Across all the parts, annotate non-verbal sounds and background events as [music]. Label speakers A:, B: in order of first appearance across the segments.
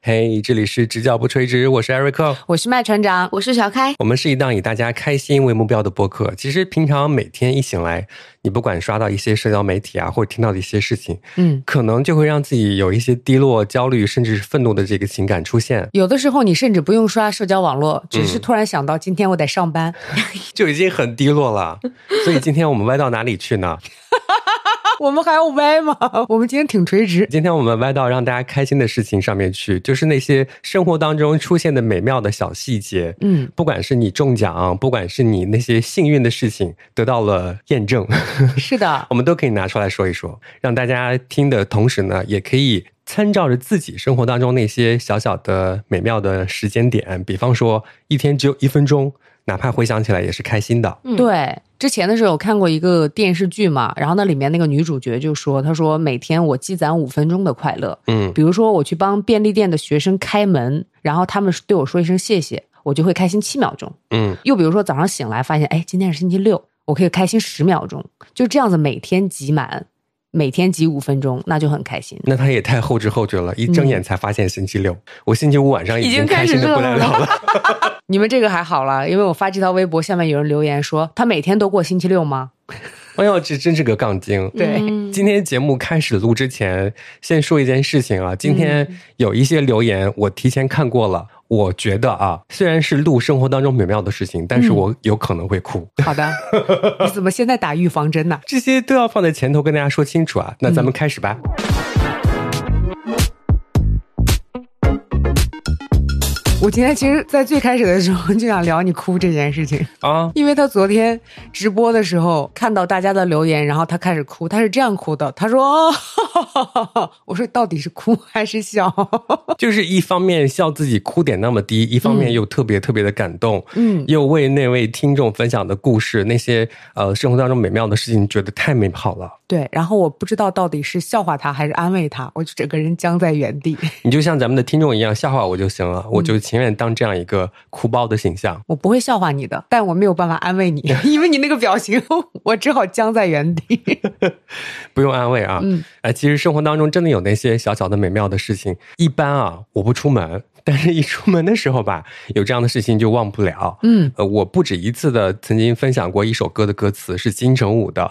A: 嘿、这里是直角不垂直，我是 Eric。
B: 我是麦船长，
C: 我是小开，
A: 我们是一档以大家开心为目标的播客。其实平常每天一醒来，你不管刷到一些社交媒体啊，或者听到的一些事情，
B: 嗯。
A: 可能就会让自己有一些低落、焦虑，甚至是愤怒的这个情感出现，
B: 有的时候你甚至不用刷社交网络，只是突然想到今天我得上班，
A: 就已经很低落了。所以今天我们歪到哪里去呢？
B: [laughs] 我们还要歪吗？ [laughs] 我们今天挺垂直。
A: 今天我们歪到让大家开心的事情上面去，就是那些生活当中出现的美妙的小细节。 [laughs]
B: 嗯，
A: 不管是你中奖，不管是你那些幸运的事情得到了验证，
B: 是的，
A: 我们都可以拿出来说一说，让大家听的同时呢，也可以参照着自己生活当中那些小小的美妙的时间点，比方说一天只有一分钟，哪怕回想起来也是开心的。
C: 嗯
B: 对。之前的时候有看过一个电视剧嘛，然后那里面那个女主角就说：“她说每天我积攒五分钟的快乐，
A: 嗯
B: 比如说我去帮便利店的学生开门，然后他们对我说一声谢谢，我就会开心七秒钟。
A: 嗯，
B: 又比如说早上醒来发现，哎，今天是星期六，我可以开心十秒钟，就这样子每天挤满，每天挤五分钟，那就很开心。
A: 那他也太后知后觉了，一睁眼才发现星期六，我星期五晚嗯上已
C: 已
A: 经
C: 经
A: 开
C: 开始
A: 心的不得
C: 热
A: 了了。
B: 你们这个还好啦，因为我发这条微博，下面有人留言说，他每天都过星期六吗？
A: [laughs] 哎呦，这真是个杠精。
B: 对
C: 嗯
A: 今天节目开始录之前，先说一件事情
B: 嗯
A: 啊。今天有一些留言，我提前看过了。我觉得啊，虽然是录生活当中美妙的事情，但是
B: 嗯
A: 我有可能会哭，
B: 好的，你怎么现在打预防针呢？
A: 这些都要放在前头跟大家说清楚啊。那
B: 嗯
A: 咱们开始吧。
B: 我今天其实，在最开始的时候就想聊你哭这件事情，
A: 啊，
B: 因为他昨天直播的时候看到大家的留言，然后他开始哭，他是这样哭的，他说：“ [laughs] 哦，我说到底是哭还是笑
A: 就是一方面笑自己哭点那么低，一方面又特别特别的感动，
B: 嗯
A: 又为那位听众分享的故事，那些呃生活当中美妙的事情，觉得太美好了。？”
B: 对，然后我不知道到底是笑话他还是安慰他，我就整个人僵在原地， [laughs]
A: 你就像咱们的听众一样笑话我就行了，我就情愿当这样一个哭包的形象。
B: 我不会笑话你的，但我没有办法安慰你，因为你那个表情， [laughs] 我只好僵在原地。 [laughs]
A: 不用安慰啊。
B: 嗯，
A: 哎，其实生活当中真的有那些小小的美妙的事情。一般啊，我不出门，但是一出门的时候吧，有这样的事情就忘不了。
B: 嗯，
A: 呃，我不止一次的曾经分享过一首歌的歌词是金城武的，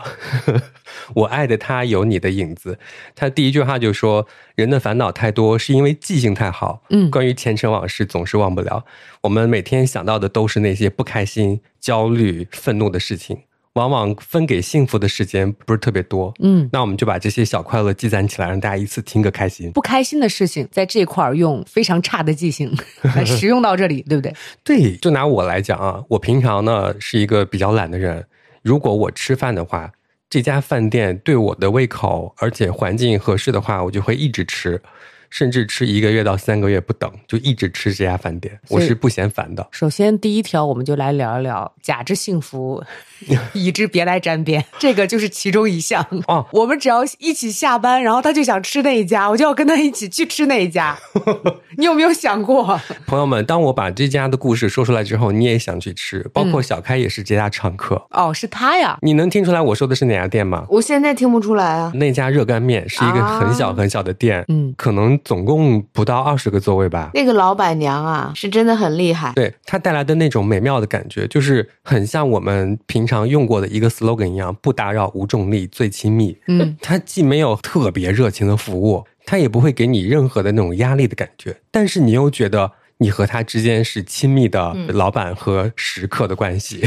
A: [laughs] 我爱的他有你的影子。他第一句话就说：“人的烦恼太多，是因为记性太好。
B: 嗯
A: 关于前尘往事总是忘不了。我们每天想到的都是那些不开心、焦虑、愤怒的事情，往往分给幸福的时间不是特别多。
B: 嗯，
A: 那我们就把这些小快乐积攒起来，让大家一次听个开心。
B: 不开心的事情在这块儿用非常差的记性来使用到这里，对不对？
A: 对，就拿我来讲啊，我平常呢是一个比较懒的人，如果我吃饭的话，这家饭店对我的胃口，而且环境合适的话，我就会一直吃，甚至吃一个月到三个月不等，就一直吃这家饭店，我
B: 所以
A: 是不嫌烦的。
B: 首先，第一条，我们就来聊一聊“假之幸福，以之别来沾边”，这个就是其中一项。
A: 哦
B: 我们只要一起下班，然后他就想吃那一家，我就要跟他一起去吃那一家。你有没有想过？
A: 朋友们，当我把这家的故事说出来之后，你也想去吃，包
B: 嗯
A: 括小开也是这家常客。
B: 哦，是他呀。
A: 你能听出来我说的是哪家店吗？
C: 我现在听不出来啊。
A: 那家热干面是一个很小
C: 啊
A: 很小的店，
B: 嗯，
A: 可能总共不到二十个座位吧。
C: 那个老板娘啊，是真的很厉害。
A: 对它带来的那种美妙的感觉，就是很像我们平常用过的一个 slogan 一样，不打扰、无重力、最亲密。
C: [laughs]
B: 嗯，
A: 它既没有特别热情的服务，它也不会给你任何的那种压力的感觉，但是你又觉得你和他之间是亲密的
C: 嗯
A: 老板和食客的关系。 [laughs]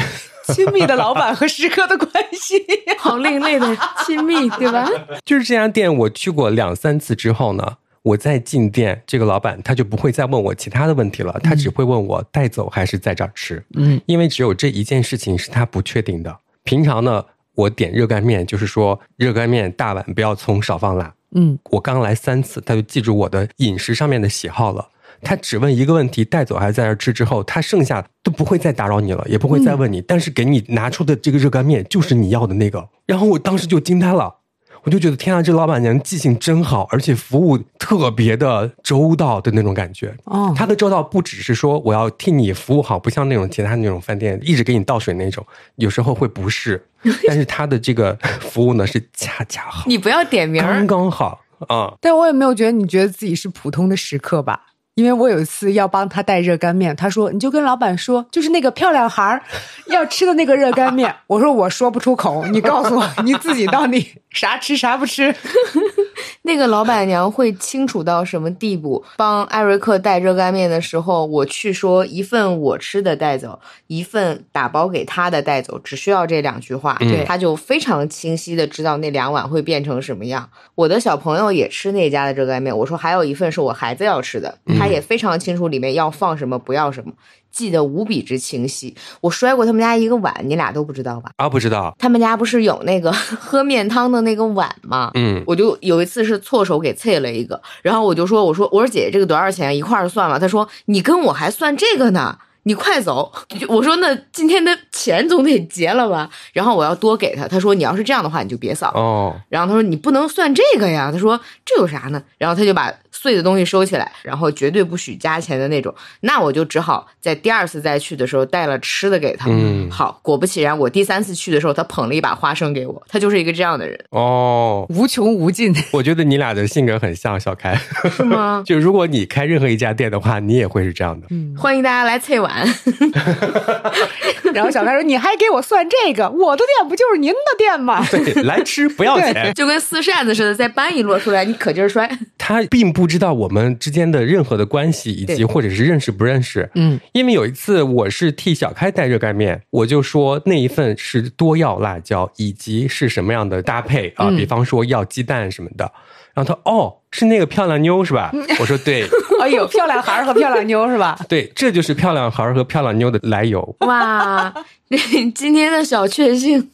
B: 亲密的老板和食客的关系。
C: 好另类的亲密，对吧？
A: 就是这家店我去过两三次之后呢，我再进店，这个老板他就不会再问我其他的问题了，他只会问我带走还是在这儿吃。
B: 嗯，
A: 因为只有这一件事情是他不确定的。平常呢，我点热干面就是说热干面大碗不要葱，少放辣。
B: 嗯，
A: 我刚来三次，他就记住我的饮食上面的喜好了。他只问一个问题，带走还是在这儿吃？之后他剩下都不会再打扰你了，也不会再问你。但是给你拿出的这个热干面就是你要的那个。然后我当时就惊呆了，我就觉得天啊，这老板娘记性真好，而且服务特别的周到的那种感觉。
C: 嗯
B: 哦，
A: 他的周到不只是说我要替你服务好，不像那种其他那种饭店一直给你倒水那种，有时候会不
C: [laughs]
A: 是。但是他的这个服务呢是恰恰好，
C: 你不要点名儿
A: 刚，刚好啊、
B: 但我也没有觉得你觉得自己是普通的食客吧？因为我有一次要帮他带热干面，他说你就跟老板说，就是那个漂亮孩儿要吃的那个热干面。 [laughs] 我说我说不出口，你告诉我你自己到底啥吃啥不吃。
C: 那个老板娘会清楚到什么地步？帮艾瑞克带热干面的时候，我去说一份我吃的带走，一份打包给他的带走，只需要这两句话，
A: 嗯
C: 他就非常清晰的知道那两碗会变成什么样。我的小朋友也吃那家的热干面，我说还有一份是我孩子要吃的，他也非常清楚里面要放什么，不要什么，记得无比之清晰。我摔过他们家一个碗，你俩都不知道吧？
A: 啊，不知道，
C: 他们家不是有那个 [laughs] 喝面汤的那个碗吗？
A: 嗯，
C: 我就有一次是错手给碎了一个，然后我就说：“我说我说姐姐这个多少钱？啊一块儿算吧。”她说：“你跟我还算这个呢，你快走。” [laughs] 我说：“那今天的钱总得结了吧？”然后我要多给她，她说：“你要是这样的话，你就别扫。
A: 哦，
C: 然后她说：“你不能算这个呀。”她说：“这有啥呢？”然后她就把碎的东西收起来，然后绝对不许加钱的那种。那我就只好在第二次再去的时候带了吃的给她。
A: 嗯，
C: 好，果不其然，我第三次去的时候，她捧了一把花生给我。她就是一个这样的人，
A: 哦，
B: 无穷无尽，
A: 我觉得你俩的性格很像，小开。
C: 是吗？
A: [laughs]
C: 嗯
A: 就如果你开任何一家店的话，你也会是这样的。
C: 欢迎大家来翠碗。
B: 然后小开说：“你还给我算这个，我的店不就是您的店吗
A: 对，来吃不要
C: [laughs]
A: 钱。
C: 就跟撕扇子似的，再搬一摞出来，你可劲儿摔。
A: 他并不知道我们之间的任何的关系，以及
C: 对
A: 或者是认识不认识？”。
B: 嗯，
A: 因为有一次我是替小开带热干面，我就说那一份是多要辣椒，以及是什么样的搭配啊，
B: 嗯
A: 比方说要鸡蛋什么的。然后他哦，是那个漂亮妞是吧？ [laughs] 我说对
B: 哎呦，漂亮孩儿和漂亮妞是吧？
A: 对，这就是漂亮孩儿和漂亮妞的来由。
C: 哇， [laughs] 今天的小确幸，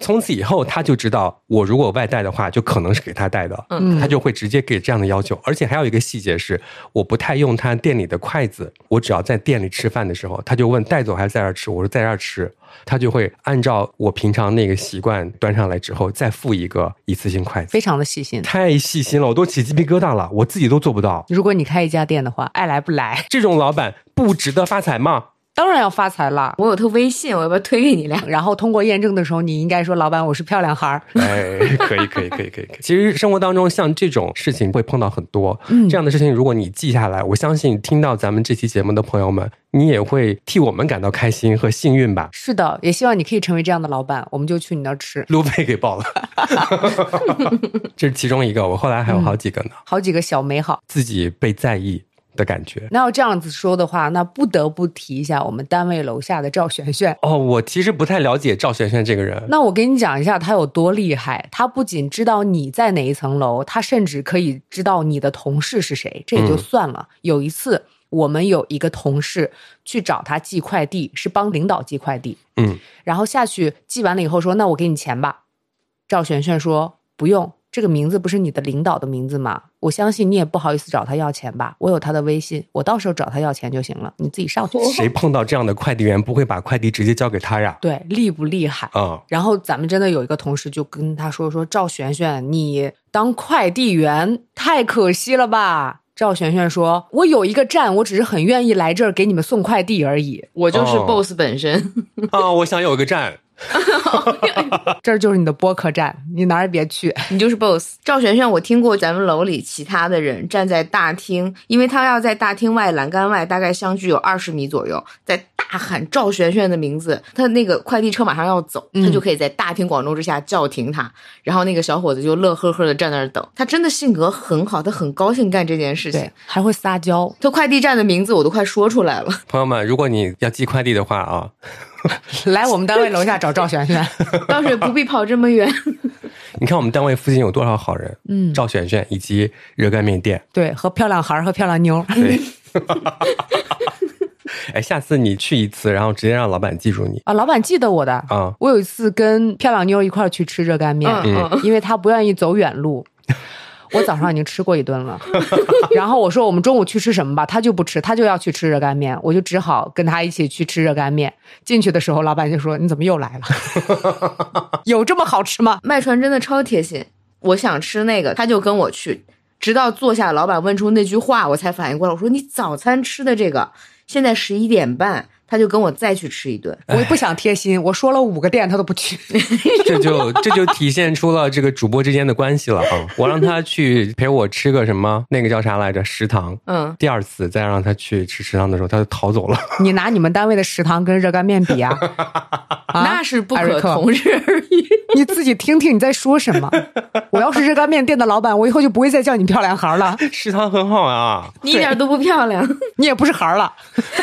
A: 从此以后，他就知道我如果外带的话，就可能是给他带的，
B: 嗯
A: 他就会直接给这样的要求。而且还有一个细节是，我不太用他店里的筷子，我只要在店里吃饭的时候，他就问带走还是在这儿吃，我说在这儿吃，他就会按照我平常那个习惯端上来之后再付一个一次性筷子，
B: 非常的细心。
A: 太细心了，我都起鸡皮疙瘩了，我自己都做不到。
B: 如果你开一家店的话，爱来不来，
A: 这种老板不值得发财吗？
B: 当然要发财啦。
C: 我有他微信，我要不要推给你俩？
B: 然后通过验证的时候，你应该说：“老板，我是漂亮孩儿。 [laughs]
A: 哎，可以，可以，可以，可以，可以。其实生活当中像这种事情会碰到很多，
B: 嗯
A: 这样的事情如果你记下来，我相信听到咱们这期节目的朋友们，你也会替我们感到开心和幸运吧”。
B: 是的，也希望你可以成为这样的老板，我们就去你那儿吃。
A: 路费给报了，这是其中一个。我后来还有好几个呢，
B: 好几个小美好。
A: 自己被在意的感觉。
B: 那要这样子说的话，那不得不提一下我们单位楼下的赵璇璇。
A: 哦，我其实不太了解赵璇璇这个人。
B: 那我给你讲一下她有多厉害。她不仅知道你在哪一层楼，她甚至可以知道你的同事是谁，这也就
A: 嗯
B: 算了。有一次，我们有一个同事去找她寄快递，是帮领导寄快递，
A: 嗯，
B: 然后下去寄完了以后说：“那我给你钱吧。”赵璇璇说：“不用，这个名字不是你的领导的名字吗？我相信你也不好意思找他要钱吧？我有他的微信，我到时候找他要钱就行了，你自己上去。”
A: 谁碰到这样的快递员不会把快递直接交给他呀？
B: 对，厉不厉害？
A: 啊、
B: 然后咱们真的有一个同事就跟他说说赵璇璇，你当快递员太可惜了吧？赵璇璇说：“我有一个站，我只是很愿意来这儿给你们送快递
A: [laughs]
B: 而已。
C: 我就是
A: 哦
C: boss 本身， [laughs]
A: 啊，我想有个站。
B: 这儿就是你的播客站，你哪儿也别去。
C: 你就是 boss。赵璇璇，我听过咱们楼里其他的人站在大厅，因为他要在大厅外栏杆外，大概相距有二十米左右，在大喊赵璇璇的名字。他那个快递车马上要走，
B: 嗯
C: 他就可以在大庭广众之下叫停他。然后那个小伙子就乐呵呵的站那儿等。他真的性格很好，他很高兴干这件事情
B: 对。，还会撒娇。
C: 他快递站的名字我都快说出来了。
A: 朋友们，如果你要寄快递的话啊，
B: 来我们单位楼下找赵
A: [laughs]
B: 璇璇。
C: 倒是不必跑这么远。
A: 你看我们单位附近有多少好人？
B: 嗯，
A: 赵璇璇以及热干面店。
B: 对，和漂亮孩儿和漂亮妞儿。
A: 对，哎，下次你去一次，然后直接让老板记住你
B: [laughs] 啊，老板记得我的。
A: 啊。 [laughs]
B: 我有一次跟漂亮妞儿一块儿去吃热干 [laughs] 面，
C: 嗯嗯
B: 因为她不愿意走远路。我早上已经吃过一顿了， [laughs] 然后我说我们中午去吃什么吧，她就不吃，她就要去吃热干面，我就只好跟她一起去吃热干面。进去的时候，老板就说：“你怎么又来了？ [laughs] 有这么好吃吗
C: 麦传真的超贴心，我想吃那个，他就跟我去。直到坐下，老板问出那句话，我才反应过来，我说你早餐吃的这个，现在十一点半，他就跟我再去吃一顿。
B: 我也不想贴心，我说了五个店他都不去， [laughs]
A: 这就这就体现出了这个主播之间的关系了啊！我让他去陪我吃个什么，那个叫啥来着？食堂。
C: 嗯，
A: 第二次再让他去吃食堂的时候，他就逃走了。 [laughs]
B: 你拿你们单位的食堂跟热干面比
C: [laughs]
B: 啊？啊
C: 那是不
B: 艾瑞
C: 可
B: 克
C: 同日而语。
B: [laughs] 你自己听听你在说什么。我要是热干面店的老板，我以后就不会再叫你漂亮孩儿了，
A: 食堂很好啊，
C: 你一点都不漂
B: [laughs]
C: 亮。
B: 你也不是孩儿了。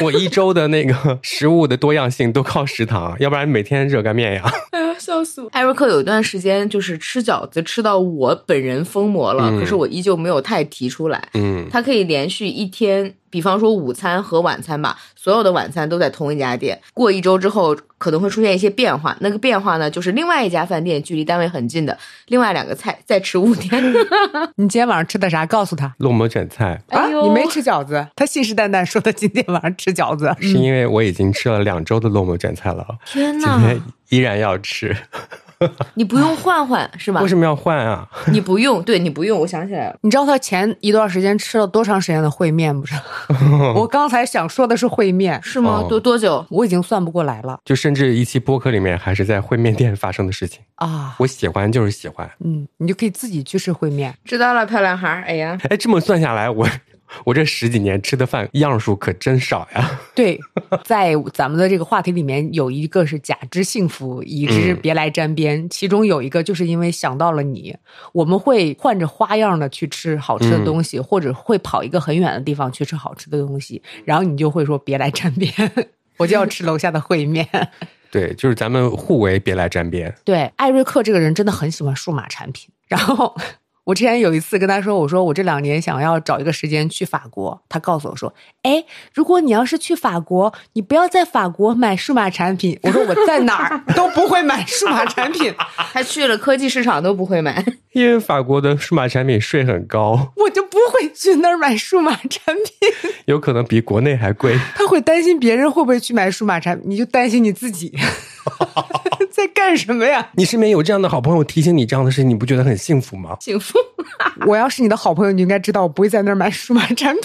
A: 我一周的那个食物的多样性都靠食堂，要不然每天热干面呀。
C: 哎呀，笑死我！艾瑞克有一段时间就是吃饺子吃到我本人疯魔了，
A: 嗯
C: 可是我依旧没有太提出来。
A: 嗯，
C: 他可以连续一天，比方说午餐和晚餐吧，所有的晚餐都在同一家店。过一周之后，可能会出现一些变化。那个变化呢，就是另外一家饭店距离单位很近的另外两个菜再吃五天。
B: 你今天晚上吃的啥？告诉他。
A: 落馍卷菜
B: 啊，
C: 哎呦
B: 你没吃饺子？他信誓旦旦说他今天晚上吃饺子。
A: 是因为我已经吃了两周的落馍卷菜了，
C: [laughs] 天
A: 今
C: 呐
A: 天，依然要吃。
C: 你不用换换是吧
A: 为？什么要换啊？
C: 你不用，对你不用，我想起来了，
B: 你知道他前一段时间吃了多长时间的烩面不是？ [laughs] 我刚才想说的是烩面，
C: 是吗？
A: 哦
C: 多多久？
B: 我已经算不过来了
A: 就甚至一期播客里面还是在烩面店发生的事情。
B: 啊。
A: 我喜欢就是喜欢。
B: 嗯，你就可以自己去吃烩面。
C: 知道了，漂亮孩儿。哎呀，
A: 哎，这么算下来，我我这十几年吃的饭样数可真少呀。
B: 对，在咱们的这个话题里面，有一个是“假之幸福，以之别来沾边”，其中有一个就是因为想到了你，我们会换着花样的去吃好吃的东西，或者会跑一个很远的地方去吃好吃的东西，然后你就会说“别来沾边”， [laughs] 我就要吃楼下的烩面。
A: 对，就是咱们互为别来沾边。
B: 对，艾瑞克这个人真的很喜欢数码产品。然后我之前有一次跟他说，我说我这两年想要找一个时间去法国，他告诉我说，哎，如果你要是去法国，你不要在法国买数码产品。我说我在哪儿都不会买数码产品，
C: 他去了科技市场都不会买。 [laughs]
A: 因为法国的数码产品税很高，
B: 我就不会去那儿买数码产品。
A: 有可能比国内还贵。
B: 他会担心别人会不会去买数码产品，你就担心你自己 [laughs] 在干什么呀？
A: 你身边有这样的好朋友提醒你这样的事情，你不觉得很幸福吗？
C: 幸福。
B: 我要是你的好朋友，你应该知道我不会在那儿买数码产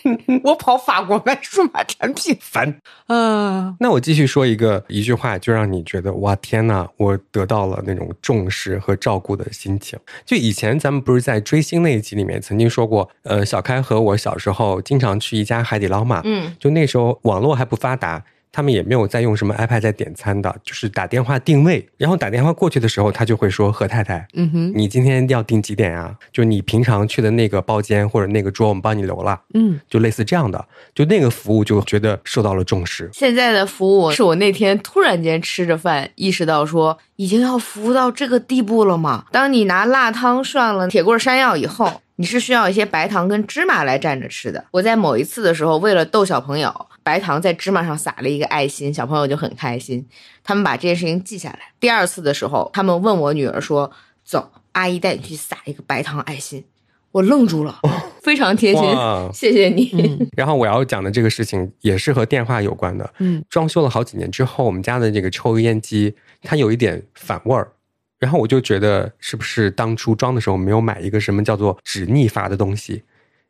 B: 品，我跑法国买数码产品。
A: 烦。
B: 嗯，
A: 那我继续说一个一句话，就让你觉得哇天呐，我得到了那种重视和照顾的心情。就以前咱们不是在追星那一集里面曾经说过，呃，小开和我小时候经常去一家海底捞嘛，
C: 嗯，
A: 就那时候网络还不发达，他们也没有在用什么 iPad 在点餐的，就是打电话定位，然后打电话过去的时候，他就会说何太太，
B: 嗯哼，
A: 你今天要订几点啊？就你平常去的那个包间或者那个桌，我们帮你留了，
B: 嗯，
A: 就类似这样的，就那个服务就觉得受到了重视。
C: 现在的服务是我那天突然间吃着饭意识到说，已经要服务到这个地步了吗？当你拿辣汤涮了铁棍山药以后，你是需要一些白糖跟芝麻来蘸着吃的。我在某一次的时候，为了逗小朋友，白糖在芝麻上撒了一个爱心，小朋友就很开心。他们把这件事情记下来。第二次的时候，他们问我女儿说：“走，阿姨带你去撒一个白糖爱心。”我愣住了，非常贴心，
A: 哇
C: 谢谢你。
B: 嗯
A: 然后我要讲的这个事情也是和电话有关的。
B: 嗯，
A: 装修了好几年之后，我们家的这个抽油烟机它有一点反味儿，然后我就觉得是不是当初装的时候没有买一个什么叫做止逆阀的东西？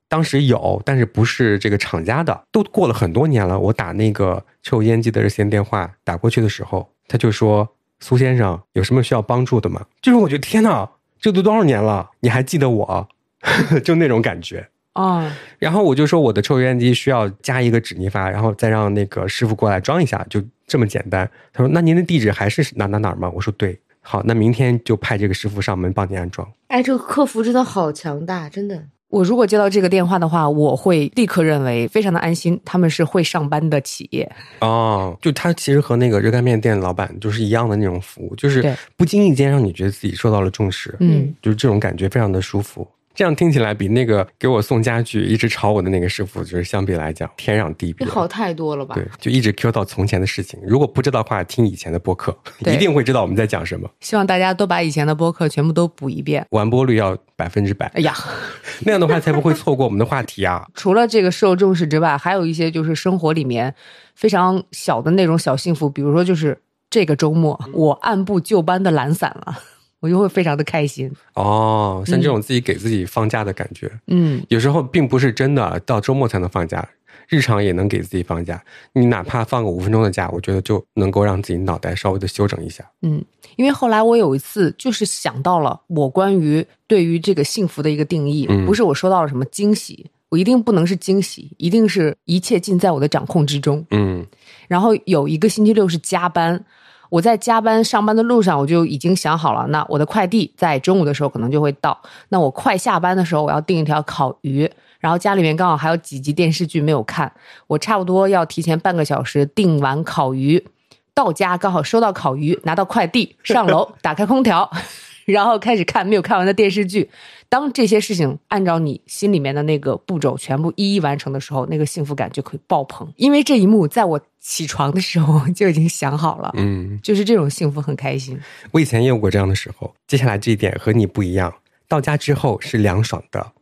A: 当时有，但是不是这个厂家的。都过了很多年了，我打那个抽油烟机的热线电话打过去的时候，他就说：“苏先生，有什么需要帮助的吗？”就是我觉得天哪，这都多少年了，你还记得我？ [laughs] 就那种感觉。
B: 哦，
A: 然后我就说我的抽油烟机需要加一个止逆阀，然后再让那个师傅过来装一下，就这么简单。他说：“那您的地址还是哪哪哪儿吗？”我说：“对。”好，那明天就派这个师傅上门帮您安装。
C: 哎，这个客服真的好强大，真的。
B: 我如果接到这个电话的话，我会立刻认为非常的安心，他们是会上班的企业。
A: 哦，就他其实和那个热干面店老板就是一样的那种服务，就是
B: 对
A: 不经意间让你觉得自己受到了重视，
B: 嗯，
A: 就是这种感觉非常的舒服。这样听起来比那个给我送家具一直吵我的那个师傅，就是相比来讲天壤地别
C: 这。好太多了吧？
A: 对，就一直 Q 到从前的事情。如果不知道的话，听以前的播客，
B: 对
A: 一定会知道我们在讲什么。
B: 希望大家都把以前的播客全部都补一遍。
A: 完播率要百分之百，
B: 哎 [laughs] 呀，。
A: 那样的话才不会错过我们的话题啊
B: 除了这个受重视之外，还有一些就是生活里面非常嗯小的那种小幸福，比如说就是这个周末我按部就班的懒散了。我就会非常的开心。
A: 哦，像这种自己给自己放假的感觉，
B: 嗯，
A: 有时候并不是真的到周末才能放假，日常也能给自己放假。你哪怕放个五分钟的假，我觉得就能够让自己脑袋稍微的休整一下。
B: 因为后来我有一次就是想到了我关于对于这个幸福的一个定义，
A: 嗯
B: 不是我收到了什么惊喜，我一定不能是惊喜，一定是一切尽在我的掌控之中。
A: 嗯
B: 然后有一个星期六是加班，我在加班上班的路上，我就已经想好了，那我的快递在中午的时候可能就会到，那我快下班的时候我要订一条烤鱼，然后家里面刚好还有几集电视剧没有看，我差不多要提前半个小时订完烤鱼，到家刚好收到烤鱼，拿到快递，上楼打开空调。 [laughs] 然后开始看没有看完的电视剧。当这些事情按照你心里面的那个步骤全部一一完成的时候，那个幸福感就可以爆棚。因为这一幕在我起床的时候 [laughs] 就已经想好了，
A: 嗯，
B: 就是这种幸福很开心。
A: 我以前也有过这样的时候。接下来这一点和你不一样，到家之后是凉爽的，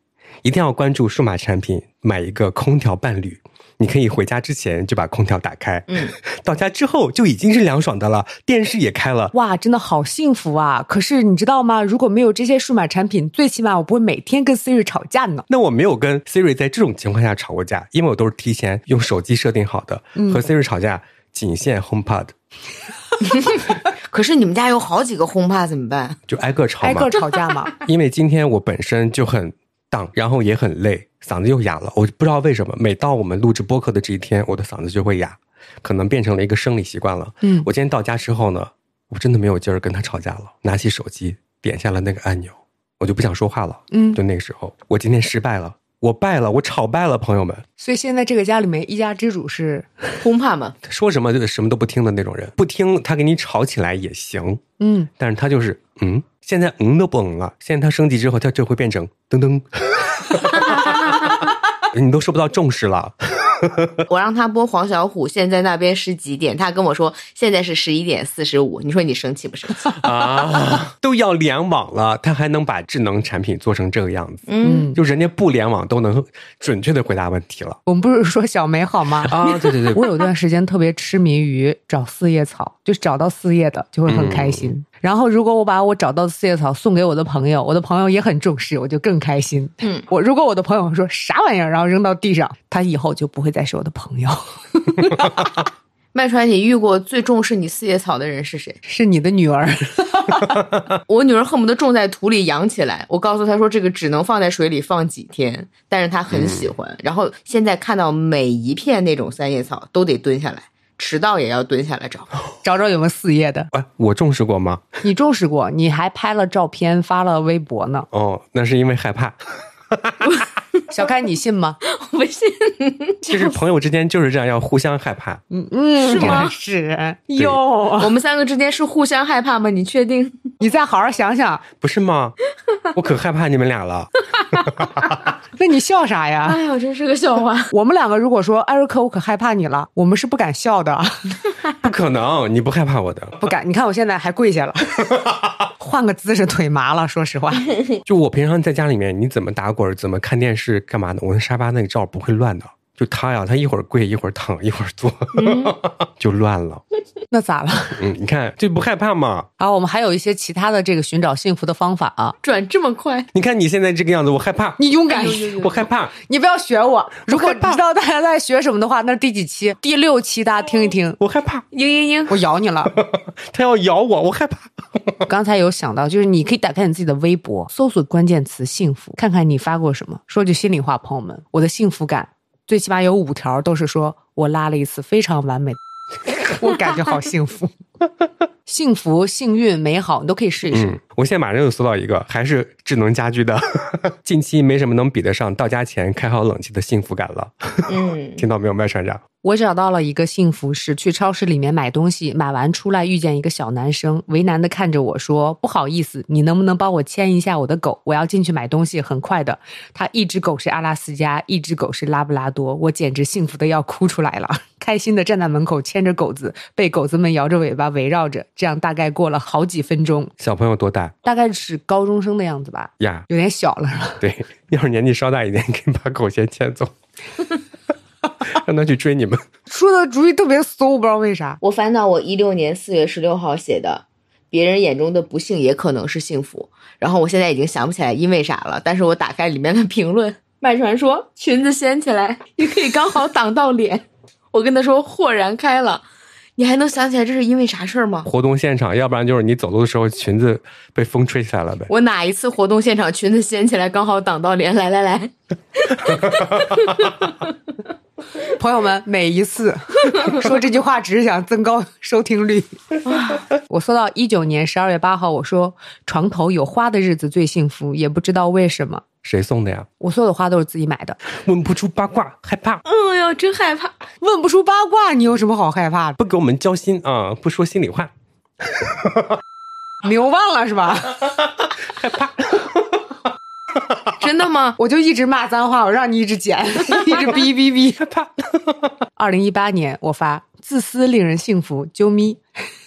A: 一定要关注数码产品，买一个空调伴侣。你可以回家之前就把空调打开，
C: 嗯，
A: [laughs] 到家之后就已经是凉爽的了，电视也开了。
B: 哇，真的好幸福啊！可是你知道吗？如果没有这些数码产品，最起码我不会每天跟 Siri 吵架呢。
A: 那我没有跟 Siri 在这种情况下吵过架，因为我都是提前用手机设定好的，
B: 嗯
A: 和 Siri 吵架仅限 HomePod，
C: 可是你们家有好几个轰趴怎么 [laughs] 办？
A: 就挨个吵
B: 挨
A: 嘛
B: 个。吵架嘛， [laughs]
A: 因为今天我本身就很荡，然后也很累，嗓子又哑了。我不知道为什么，每到我们录制播客的这一天，我的嗓子就会哑，可能变成了一个生理习惯了。
B: 嗯
A: 我今天到家之后呢，我真的没有劲儿跟他吵架了，拿起手机点下了那个按钮，我就不想说话了。
B: 嗯
A: 就。那个时候，我今天失败了，我败了，我吵败了，朋友们。
B: 所以现在这个家里面一家之主是，
C: 轰趴嘛，
A: 说什么就什么都不听的那种人，不听他给你吵起来也行，
B: 嗯，
A: 但是他就是嗯，现在嗯都不嗯了，现在他升级之后，他就会变成噔 [laughs] 噔，你都受不到重视了，
C: 我让他播黄小琥，现在那边是几点？他跟我说现在是十一点四十五。你说你生气不 [laughs] 生气？
A: 啊， [laughs] 都要联网了，他还能把智能产品做成这个样子，
C: 嗯，
A: 就人家不联网都能准确的回答问题了
B: 我们不是说小梅好吗？
A: 啊，对对对，
B: 我有段时间特别痴迷于找四叶草，就是找到四叶的就会很开心。然后如果我把我找到的四叶草送给我的朋友，我的朋友也很重视，我就更开心。
C: 嗯，
B: 我如果我的朋友说啥玩意儿，然后扔到地上，他以后就不会再是我的朋友， [laughs]
C: 麦川，你遇过最重视你四叶草的人是谁？
B: 是你的女儿。
C: 我女儿恨不得种在土里养起来。我告诉她说，这个只能放在水里放几天，但是她很喜欢。然后现在看到每一片那种三叶草都得蹲下来，迟到也要蹲下来找。 [laughs]
B: 找找有没有四叶的，
A: [laughs] 哎，我重视过吗？
B: 你重视过，你还拍了照片发了微博呢。
A: 哦，那是因为害 [laughs] 怕，
B: 小开，你信
C: [laughs]
B: 吗？
C: 我不信，
A: 就是朋友之间就是这样，要互相害怕。
B: 嗯嗯，
C: 是吗
B: 是哟，
C: 我们三个之间是互相害怕吗？你确定？
B: 你再好好想想，
A: 不是吗？我可害怕你们俩了。
B: 那你笑啥呀？
C: [laughs] [laughs] 哎呦，真是个笑话。
B: 我们两个如果说艾瑞克，我可害怕你了，我们是不敢笑的， [laughs]
A: 不可能，你不害怕我的。
B: 不敢。你看我现在还跪下
C: [laughs]
B: 了，换个姿势腿麻了。说实话，
A: 就我平常在家里面，你怎么打滚儿，怎么看电视，干嘛的？我那沙发那个罩不会乱的。就他呀，他一会儿跪，一会儿躺，一会儿坐， [laughs] 就乱了。
B: 那咋了？
A: 嗯，你看就不害怕嘛？
B: 然后我们还有一些其他的这个寻找幸福的方法啊。
C: 转这么快，
A: 你看你现在这个样子，我害怕，
B: 你勇敢
C: 哎呦
B: 一些，
C: 呦呦
A: 我害怕。
B: 你不要学我。如
A: 我
B: 果
A: 害
B: 你
A: 怕
B: 知道大家在学什么的话，那是第几期？第六期，大家听一听。
A: 我害怕，
C: 嘤
B: [laughs]
C: 嘤嘤，
B: 我咬你了！
A: 他要咬我，我害怕。
B: 我刚才有想到，就是你可以打开你自己的微博，搜索关键词“幸福”，看看你发过什么。说句心里话，朋友们，我的幸福感最起码有五条都是说我拉了一次非常完美的， [laughs] 我感觉好幸福。 [laughs] 幸福、幸运、美好，你都可以试一试。
A: 嗯，我现在马上就搜到一个，还是智能家居的。 [laughs] 近期没什么能比得上到家前开好冷气的幸福感了，
C: 嗯，
A: 听到没有，麦船长？
B: 我找到了一个幸福是去超市里面买东西，买完出来遇见一个小男生，为难的看着我说：“不好意思，你能不能帮我牵一下我的狗？我要进去买东西，很快的。”他一只狗是阿拉斯加，一只狗是拉布拉多，我简直幸福的要哭出来了， [laughs] 开心的站在门口牵着狗子，被狗子们摇着尾巴围绕着，这样大概过了好几分钟，
A: 小朋友多大
B: 大概是高中生的样子吧，
A: 呀？
B: 有点小了。 [laughs]
A: 对，要是年纪稍大一点，可以把狗先牵走， [laughs] 让他去追你们。
B: 出的主意特别馊，我不知道为啥。
C: 我翻到我一六年四月十六号写的，别人眼中的不幸也可能是幸福。然后我现在已经想不起来因为啥了，但是我打开里面的评论，麦传说裙子掀起来也可以刚好挡到脸。我跟他说豁然开朗，你还能想起来这是因为啥事儿吗？
A: 活动现场，要不然就是你走路的时候裙子被风吹起来了呗。
C: 我哪一次活动现场裙子掀起来刚好挡到脸？来来来，
B: 朋友们，每一次 [laughs] 说这句话，只是想增高收听率。 [laughs] 我说到一九年十二月八号，我说床头有花的日子最幸福，也不知道为什么。
A: 谁送的呀？
B: 我所有的花都是自己买的，
A: 问不出八卦，害怕，
C: 嗯哟，真害怕。
B: 问不出八卦，你有什么好害怕的？
A: 不给我们交心啊，不说心里话。
B: 牛忘了是吧？
C: 真的吗？
B: 我就一直骂脏话，我让你一直剪， [laughs] 一直哔哔哔，害怕。二零一八年我发自私令人幸福，啾咪。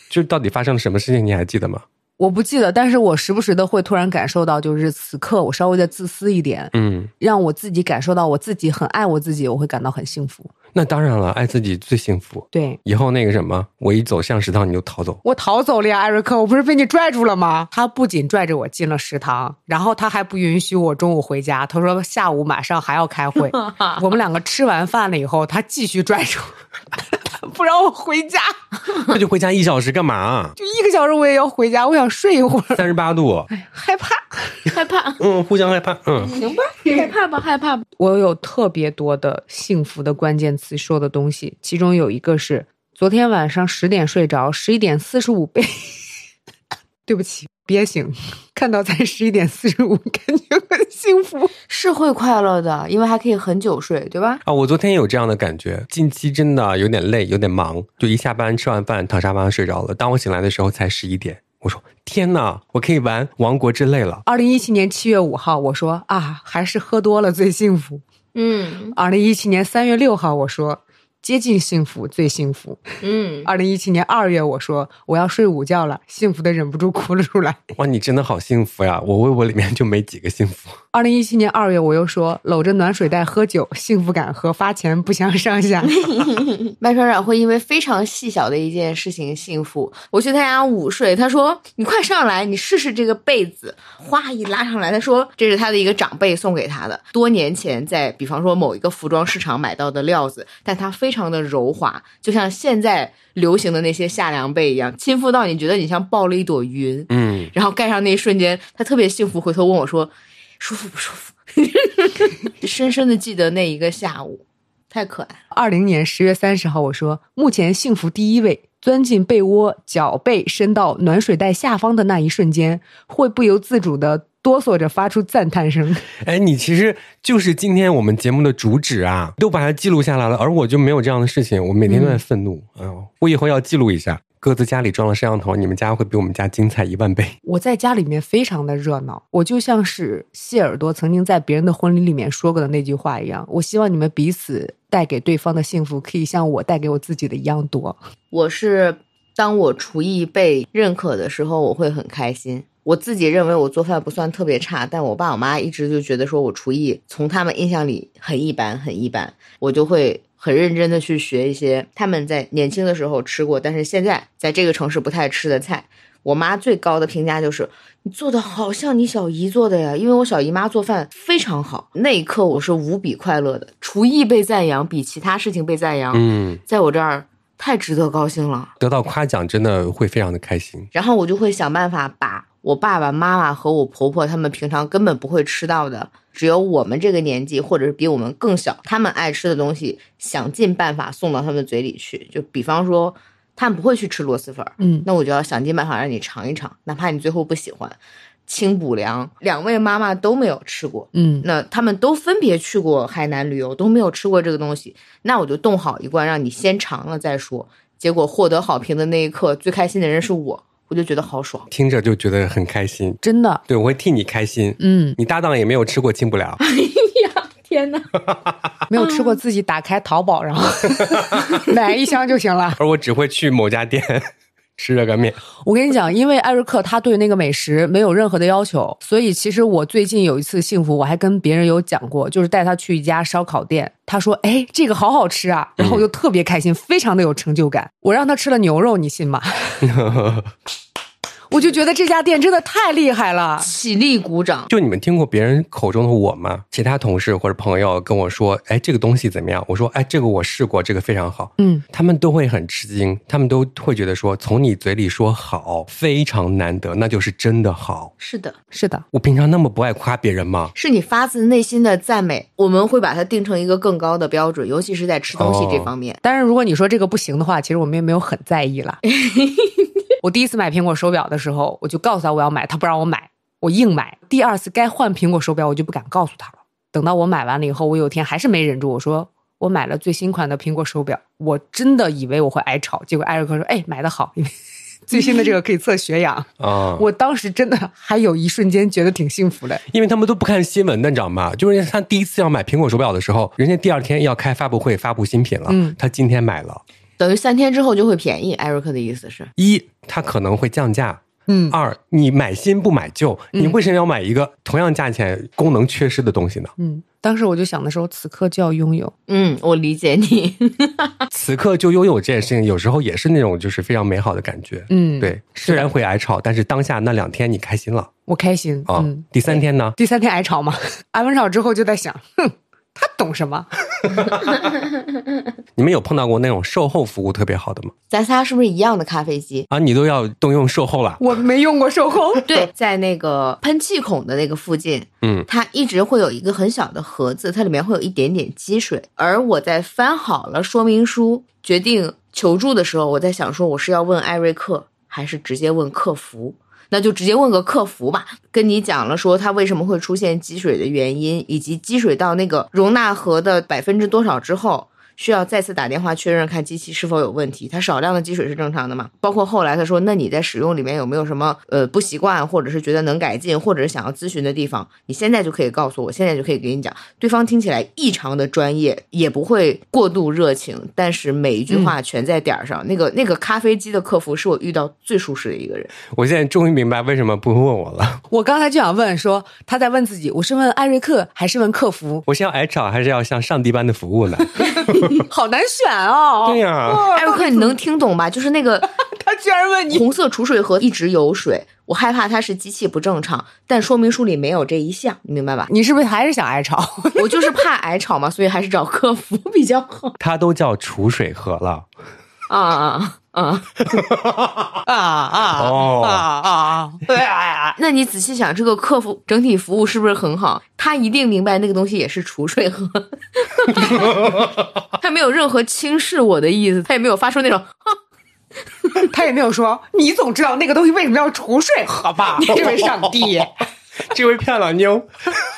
A: 就是到底发生了什么事情，你还记得吗？
B: 我不记得，但是我时不时的会突然感受到，就是此刻我稍微的自私一点，
A: 嗯，
B: 让我自己感受到我自己很爱我自己，我会感到很幸福。
A: 那当然了，爱自己最幸福。
B: 对
A: 以后那个什么，我一走向食堂你就逃走，
B: 我逃走了呀，艾瑞克，我不是被你拽住了吗？他不仅拽着我进了食堂，然后他还不允许我中午回家，他说下午马上还要开 [laughs] 会。我们两个吃完饭了以后，他继续拽着我， [laughs] 他不让我回家，
A: [laughs] 那就回家一小时干嘛？
B: 就一个小时我也要回家，我想睡一会
A: [laughs]
B: 儿，
A: 三十八度，
B: 害怕。
C: 害怕？
A: 嗯，互相害怕，哎嗯，
C: 行吧，害怕吧，害怕吧。
B: 我有特别多的幸福的关键词说的东西，其中有一个是昨天晚上十点睡着，十一点四十五被， [laughs] 对不起，憋醒，看到才十一点四十五，感觉很幸福。
C: 是会快乐的，因为还可以很久睡，对吧？
A: 啊，我昨天也有这样的感觉，近期真的有点累，有点忙，就一下班吃完饭躺沙发上睡着了。当我醒来的时候才十一点，我说天哪，我可以玩《王国之泪》了。
B: 二零一七年七月五号，我说啊，还是喝多了最幸福。
C: 嗯
B: 二零一七年三月六号，我说接近幸福最幸福。
C: 嗯，
B: 二零一七年二月，我说我要睡午觉了，幸福的忍不住哭了出来。
A: 哇，你真的好幸福呀！我微博里面就没几个幸福。
B: 二零一七年二月，我又说搂着暖水袋喝酒，幸福感和发钱不相上 [laughs] 下。
C: 麦船长会因为非常细小的一件事情幸福。我去他家午睡，他说：“你快上来，你试试这个被子。”哗一拉上来，他说：“这是他的一个长辈送给他的，多年前在比方说某一个服装市场买到的料子，但它非常的柔滑，就像现在流行的那些夏凉被一样，亲肤到你觉得你像抱了一朵云。”
A: 嗯，
C: 然后盖上那一瞬间，他特别幸福，回头问我说：“舒服不舒服？” [laughs] 深深的记得那一个下午，太可爱了。
B: 二零年十月三十号，我说目前幸福第一位，钻进被窝，脚背伸到暖水袋下方的那一瞬间，会不由自主的哆嗦着发出赞叹声。
A: 哎，你其实就是今天我们节目的主旨啊，都把它记录下来了，而我就没有这样的事情，我每天都在愤怒。哎呦，我以后要记录一下。各自家里装了摄像头，你们家会比我们家精彩一万倍。
B: 我在家里面非常的热闹，我就像是谢耳朵曾经在别人的婚礼里面说过的那句话一样，我希望你们彼此带给对方的幸福，可以像我带给我自己的一样多。
C: 我是当我厨艺被认可的时候，我会很开心。我自己认为我做饭不算特别差，但我爸我妈一直就觉得说我厨艺从他们印象里很一般，很一般。我就会很认真的去学一些他们在年轻的时候吃过，但是现在在这个城市不太吃的菜。我妈最高的评价就是你做的好像你小姨做的呀，因为我小姨妈做饭非常好。那一刻我是无比快乐的，厨艺被赞扬比其他事情被赞扬，
A: 嗯，
C: 在我这儿太值得高兴了。
A: [laughs] 得到夸奖真的会非常的开心。
C: 然后我就会想办法把我爸爸妈妈和我婆婆他们平常根本不会吃到的，只有我们这个年纪或者是比我们更小，他们爱吃的东西，想尽办法送到他们嘴里去。就比方说，他们不会去吃螺蛳粉儿，
B: 嗯，
C: 那我就要想尽办法让你尝一尝，哪怕你最后不喜欢。清补凉，两位妈妈都没有吃过，
B: 嗯，
C: 那他们都分别去过海南旅游，都没有吃过这个东西，那我就冻好一罐，让你先尝了再说。结果获得好评的那一刻，最开心的人是我，我就觉得好爽。
A: 听着就觉得很开心。
B: 真的，
A: 对，我会替你开心。
B: 嗯，
A: 你搭档也没有吃过，进不了。
C: 天哪！
B: 没有吃过自己打开淘宝然后 [laughs] 买一箱就行了。
A: 而我只会去某家店 [laughs] 吃热干面。
B: 我跟你讲，因为艾瑞克他对那个美食没有任何的要求，所以其实我最近有一次幸福，我还跟别人有讲过，就是带他去一家烧烤店，他说：“哎，这个好好吃啊！”然后我就特 [laughs] 别开心，非常的有成就感。我让他吃了牛肉，你信吗？我就觉得这家店真的太厉害了。
C: 起立鼓掌。
A: 就你们听过别人口中的我吗？其他同事或者朋友跟我说，哎，这个东西怎么样？我说，哎，这个我试过，这个非常好。
B: 嗯，
A: 他们都会很吃惊，他们都会觉得说，从你嘴里说好非常难得，那就是真的好。
C: 是的，
B: 是的，
A: 我平常那么不爱夸别人吗？
C: 是你发自内心的赞美，我们会把它定成一个更高的标准，尤其是在吃东西这方面。
B: 但是如果你说这个不行的话，其实我们也没有很在意啦。 [laughs] 我第一次买苹果手表的时候，我就告诉他我要买，他不让我买，我硬买。第二次该换苹果手表，我就不敢告诉他了。等到我买完了以后，我有一天还是没忍住，我说我买了最新款的苹果手表，我真的以为我会挨吵，结果艾瑞克说：“哎，买的好，因为最新的这个可以测血 [laughs] 氧。
A: 啊”、
B: 我当时真的还有一瞬间觉得挺幸福的。
A: 因为他们都不看新闻的，你知道吗？就是他第一次要买苹果手表的时候，人家第二天要开发布会发布新品了，
B: 嗯
A: 他今天买了。
C: 等于三天之后就会便宜。艾瑞克的意思是，
A: 一，它可能会降价；
B: 嗯，
A: 二，你买新不买旧，你为什么要买一个同样价钱、功能缺失的东西呢？
B: 嗯，当时我就想的时候，此刻就要拥有。
C: 嗯，我理解你。 [laughs]
B: 啊
A: 此刻就拥有这件事情，有时候也是那种就是非常美好的感觉。
B: 嗯，
A: 对，虽然会挨吵，但是当下那两天你开心了
B: 我开心。
A: 啊。
B: 嗯，
A: 第三天呢？
B: 第三天挨吵嘛， [laughs] 挨完吵之后就在想，哼，他懂什么？
A: 你们有碰到过那种售后服务特别好的吗？
C: 咱仨是不是一样的咖啡机？
A: 啊，你都要动用售后了。
B: 我没用过售 [laughs] 后。
C: 对，在那个喷气孔的那个附近，
A: 嗯，
C: 它一直会有一个很小的盒子，它里面会有一点点积水。而我在翻好了说明书，决定求助的时候，我在想说，我是要问艾瑞克，还是直接问客服？那就直接问个客服吧。跟你讲了说它为什么会出现积水的原因，以及积水到那个容纳盒的百分之多少之后。需要再次打电话确认，看机器是否有问题。它少量的积水是正常的嘛？包括后来他说，那你在使用里面有没有什么呃不习惯，或者是觉得能改进，或者是想要咨询的地方？你现在就可以告诉我，现在就可以给你讲。对方听起来异常的专业，也不会过度热情，但是每一句话全在点儿上。那个那个咖啡机的客服是我遇到最舒适的一个人。
A: 我现在终于明白为什么不问我了。 [laughs]
B: 我刚才就想问说，他在问自己，我是问艾瑞克还是问客服？ [laughs]
A: 我是要挨吵，还是要像上帝般的服务呢？
B: 好难选哦。
A: 对呀、
C: 艾瑞克，你哎能听懂吧？就是那个
B: 他居然问你，
C: 红色储水盒一直有水，我害怕它是机器不正常，但说明书里没有这一项，你明白吧？
B: 你是不是还是想挨吵？
C: [laughs] 我就是怕挨吵嘛，所以还是找客服比较好。
A: 它都叫储水盒了。
C: [laughs] 啊啊啊！
B: [laughs] 啊啊
A: 哦
B: 啊啊！对啊，
C: 那你仔细想，这个客服整体服务是不是很好？他一定明白那个东西也是储水 [laughs] 盒，他没有任何轻视我的意思，他也没有发出那种 [laughs]
B: 他也没有说，你总知道那个东西为什么要储水盒 [laughs] 吧？这位上帝，
A: 这位漂亮妞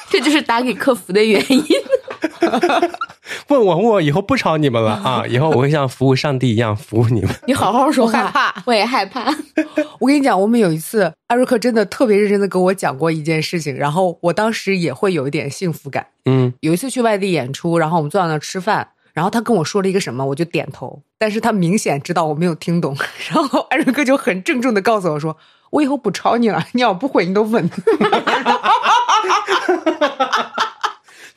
C: 这就是打给客服的原因。
A: 问我，问我以后不吵你们了啊！以后我会像服务上帝一样服务你们。
C: [laughs] 你好好说话，
B: 我害怕
C: 我也害怕。
B: [laughs] 我跟你讲，我们有一次，艾瑞克真的特别认真的跟我讲过一件事情，然后我当时也会有一点幸福感。
A: 嗯，
B: 有一次去外地演出，然后我们坐在那儿吃饭，然后他跟我说了一个什么，我就点头，但是他明显知道我没有听懂， [laughs] 然后艾瑞克就很郑重的告诉我说：“我以后不吵你了，你要不会你都问。 [laughs]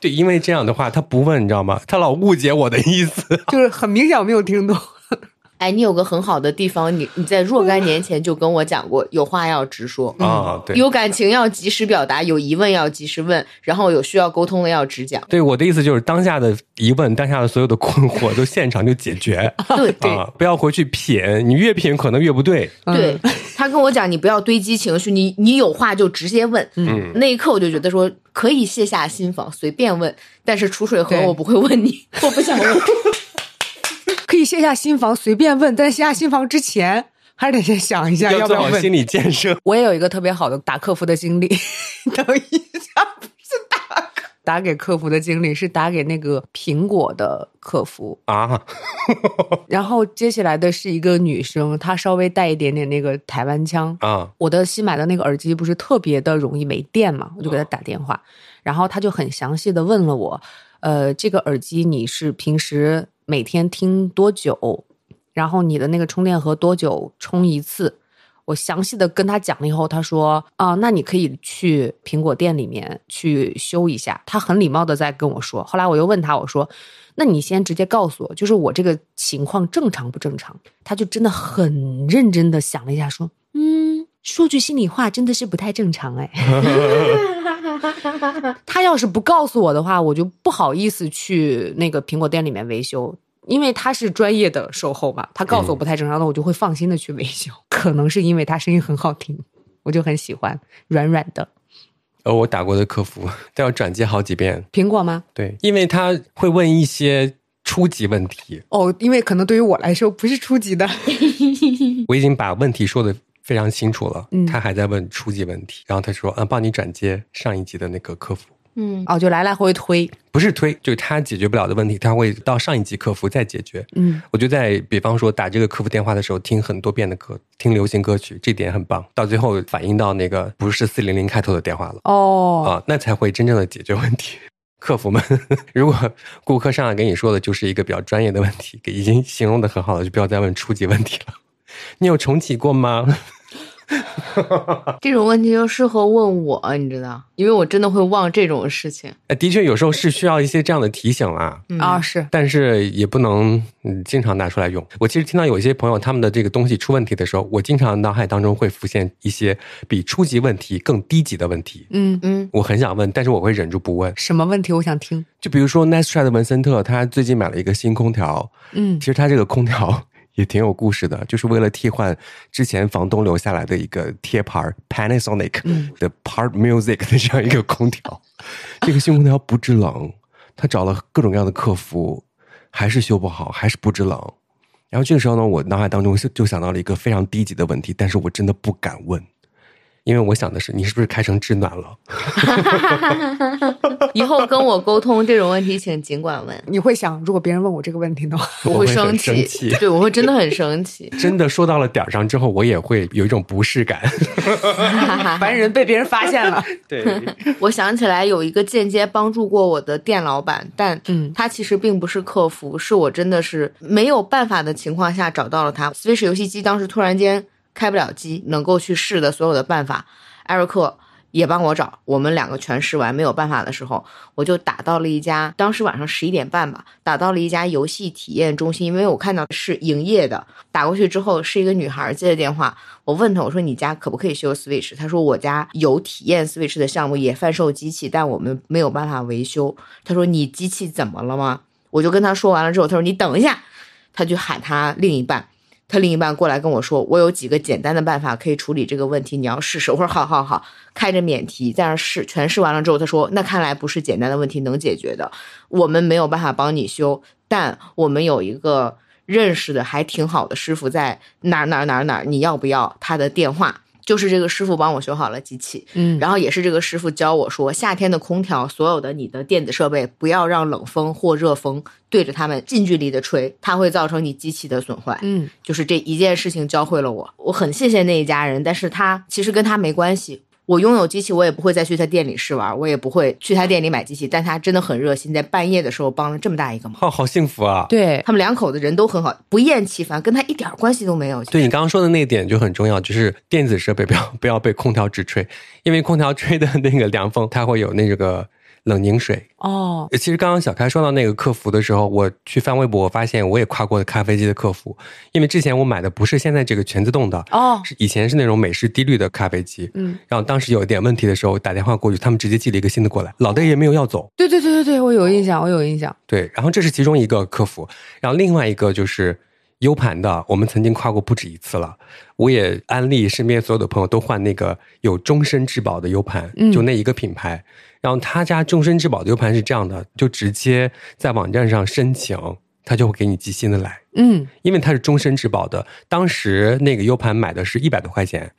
A: 对，因为这样的话，他不问，你知道吗？他老误解我的意思。”
B: 就是很明显我没有听懂。
C: [laughs] 哎，你有个很好的地方，你你在若干年前就跟我讲过，有话要直说。
A: 啊，对，
C: 有感情要及时表达，有疑问要及时问，然后有需要沟通的要直讲。
A: 对，我的意思就是当下的疑问，当下的所有的困惑，都现场就解
B: [laughs]
A: 决
C: 对对
A: 啊，不要回去品，你越品可能越不对。
C: 对，他跟我讲，你不要堆积情绪，你你有话就直接问。嗯，那一刻我就觉得说可以卸下心防，随便问，但是储水盒
B: 对
C: 我不会问你， [laughs] 我不想问。
B: 可以卸下心防随便问，但卸下心防之前还是得先想一下要不
A: 做
B: 要
A: 好
B: 问
A: 心。理建设。 [laughs]
B: 我也有一个特别好的打客服的经历，等一下不是打客打给客服的经历是打给那个苹果的客服，
A: 啊，
B: 然后接起来的是一个女生，她稍微带一点点那个台湾腔。
A: 啊，
B: 我的新买的那个耳机不是特别的容易没电嘛，我就给她打电话，然后她就很详细的问了我，呃，这个耳机你是平时每天听多久？然后你的那个充电盒多久充一次？我详细的跟他讲了以后，他说啊、那你可以去苹果店里面去修一下。他很礼貌的在跟我说。后来我又问他，我说，那你先直接告诉我，就是我这个情况正常不正常？他就真的很认真的想了一下，说，嗯，说句心里话，真的是不太正常 [laughs] 哎。他要是不告诉我的话，我就不好意思去那个苹果店里面维修，因为他是专业的售后嘛。他告诉我不太正常的，我就会放心的去维修。可能是因为他声音很好听，我就很喜欢，软软的
A: 而呃我打过的客服都要转接好几遍，
B: 苹果吗？
A: 对，因为他会问一些初级问题，
B: 哦，因为可能对于我来说不是初级的，
A: 我已经把问题说的非常清楚了，
B: 嗯
A: 他还在问初级问题，然后他说，嗯，帮你转接上一级的那个客服，
C: 嗯，
B: 哦，就来来回回推，
A: 不是推，就是他解决不了的问题，他会到上一级客服再解决。
B: 嗯，
A: 我就在比方说打这个客服电话的时候，听很多遍的歌，听流行歌曲，这点很棒。到最后反映到那个不是四零零开头的电话了。
B: 哦，
A: 啊，那才会真正的解决问题。 [laughs] 客服们，如果顾客上来跟你说的就是一个比较专业的问题，已经形容的很好了，就不要再问初级问题了。你有重启过吗？
C: [laughs]
A: [laughs]
C: 这种问题就适合问我，你知道，因为我真的会忘这种事情。
A: 呃的确，有时候是需要一些这样的提醒啊，
C: 嗯
B: 啊，是，
A: 但是也不能嗯经常拿出来用。我其实听到有一些朋友他们的这个东西出问题的时候，我经常脑海当中会浮现一些比初级问题更低级的问题，
B: 嗯，
C: 嗯，
A: 我很想问，但是我会忍住不问。
B: 什么问题？我想听，
A: 就比如说 Nice Try 的文森特，他最近买了一个新空调，
B: 嗯
A: 其，实它这个空调也挺有故事的，就是为了替换之前房东留下来的一个贴牌儿 Panasonic 的 Part Music 的这样一个空调。 [laughs] 这个新空调不制冷，他找了各种各样的客服，还是修不好，还是不制冷。然后这个时候呢，我脑海当中就就想到了一个非常低级的问题，但是我真的不敢问，因为我想的是你是不是开成制暖了？
C: 以后跟我沟通这种问题，请尽管问，
B: 你会想，如果别人问我这个问题的话，
A: 我会
C: 会
A: 很
C: 生
A: 生气。
C: 对我会真的很生气
A: 真的说到了点儿上之后，我也会有一种不适感。
B: 烦人被别人发现了，
A: 对，
C: 我想起来有一个间接帮助过我的店老板，但
B: 嗯
C: 他其实并不是客服，是我真的是没有办法的情况下找到了他。Switch 游戏机当时突然间开不了机，能够去试的所有的办法，艾瑞克也帮我找，我们两个全试完，没有办法的时候，我就打到了一家，当时晚上十一点半吧，打到了一家游戏体验中心，因为我看到是营业的，打过去之后是一个女孩接的电话，我问她我说你家可不可以修 Switch？她说我家有体验 Switch 的项目，也贩售机器，但我们没有办法维修。她说你机器怎么了吗？我就跟她说完了之后，她说你等一下，她就喊她另一半。她另一半过来跟我说，我有几个简单的办法可以处理这个问题，你要试试。我说好好好，开着免提在那儿试，全试完了之后，他说那看来不是简单的问题能解决的，我们没有办法帮你修，但我们有一个认识的还挺好的师傅在哪儿哪儿哪儿哪儿，你要不要他的电话？就是这个师傅帮我修好了机器，
B: 嗯，
C: 然后也是这个师傅教我说，夏天的空调，所有的你的电子设备不要让冷风或热风对着它们近距离的吹，它会造成你机器的损坏。
B: [laughs] 嗯
C: 就是这一件事情教会了我，我很谢谢那一家人，但是他其实跟他没关系。我拥有机器，我也不会再去他店里试玩，我也不会去他店里买机器，但他真的很热心，在半夜的时候帮了这么大一个忙。
A: 哦， [laughs] 好幸福啊！
B: 对，
C: 他们两口子人都很好，不厌其烦，跟他一点关系都没有。
A: 对你刚刚说的那一点就很重要，就是电子设备不要 [laughs] 不要被空调直吹，因为空调吹的那个凉风，它会有那个冷凝水。呃
B: 哦，
A: 其实刚刚小开说到那个客服的时候，我去翻微博，我发现我也跨过了咖啡机的客服，因为之前我买的不是现在这个全自动的，
B: 哦，
A: 是以前是那种美式低滤的咖啡机。
B: 嗯，
A: 然后当时有一点问题的时候，打电话过去，他们直接寄了一个新的过来，老的也没有要走，
B: 对对对对对，我有印象，我有印象，
A: 对，然后这是其中一个客服，然后另外一个就是 U 盘的，我们曾经跨过不止一次了。我也安利身边所有的朋友都换那个有终身质保的 U 盘，
B: 嗯
A: 就那一个品牌。然后他家终身质保的 U 盘是这样的，就直接在网站上申请，他就会给你寄新的来，
B: 嗯，
A: 因为它是终身质保的。当时那个 U 盘买的是一百多块钱，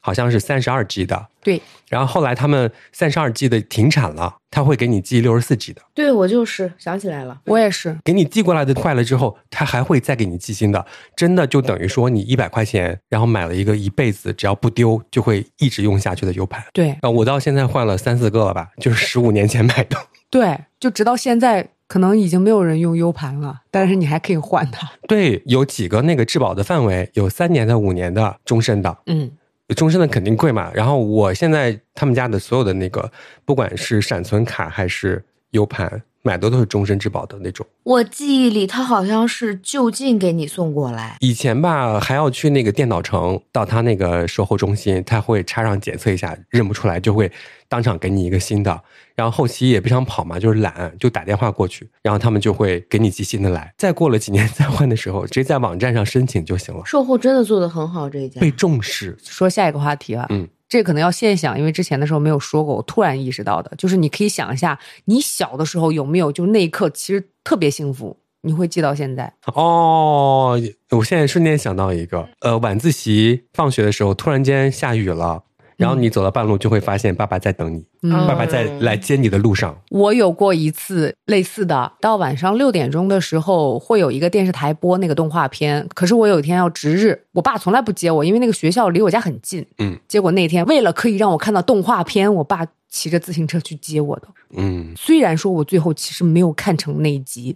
A: 好像是三十二 G 的。
B: 对，
A: 然后后来他们三十二 G 的停产了，他会给你寄六十四 G 的。
C: 对我就是想起来了，
B: 我也是，
A: 给你寄过来的坏了之后，他还会再给你寄新的，真的就等于说你一百块钱，然后买了一个一辈子只要不丢就会一直用下去的 U 盘。
B: 对
A: 啊，我到现在换了三四个了吧，就是十五年前买的。 [laughs]
B: 对，就直到现在，可能已经没有人用 U 盘了，但是你还可以换它， [laughs]
A: 对，有几个那个质保的范围，有三年的、五年的、终身的。
B: 嗯
A: 终身的肯定贵嘛。然后我现在他们家的所有的那个，不管是闪存卡还是 U 盘，买的都是终身质保的那种。
C: 我记忆里他好像是就近给你送过来，
A: 以前吧，还要去那个电脑城，到他那个售后中心，他会插上检测一下，认不出来就会当场给你一个新的。然后后期也不想跑嘛，就是懒，就打电话过去，然后他们就会给你寄新的来。再过了几年 [laughs] 再换的时候，直接在网站上申请就行了，
C: 售后真的做的很好这一家。
A: 被重视。
B: 说下一个话题啊，
A: 嗯，
B: 这可能要现想，因为之前的时候没有说过，我突然意识到的，就是你可以想一下，你小的时候有没有就那一刻其实特别幸福，你会记到现在。
A: 哦，我现在瞬间想到一个，呃，晚自习放学的时候突然间下雨了，然后你走到半路就会发现爸爸在等你，
C: 嗯
A: 爸爸在来接你的路上。
B: 我有过一次类似的，到晚上六点钟的时候会有一个电视台播那个动画片，可是我有一天要值日，我爸从来不接我，因为那个学校离我家很近。
A: 嗯，
B: 结果那天为了可以让我看到动画片，我爸骑着自行车去接我的。
A: 嗯，
B: 虽然说我最后其实没有看成那一集，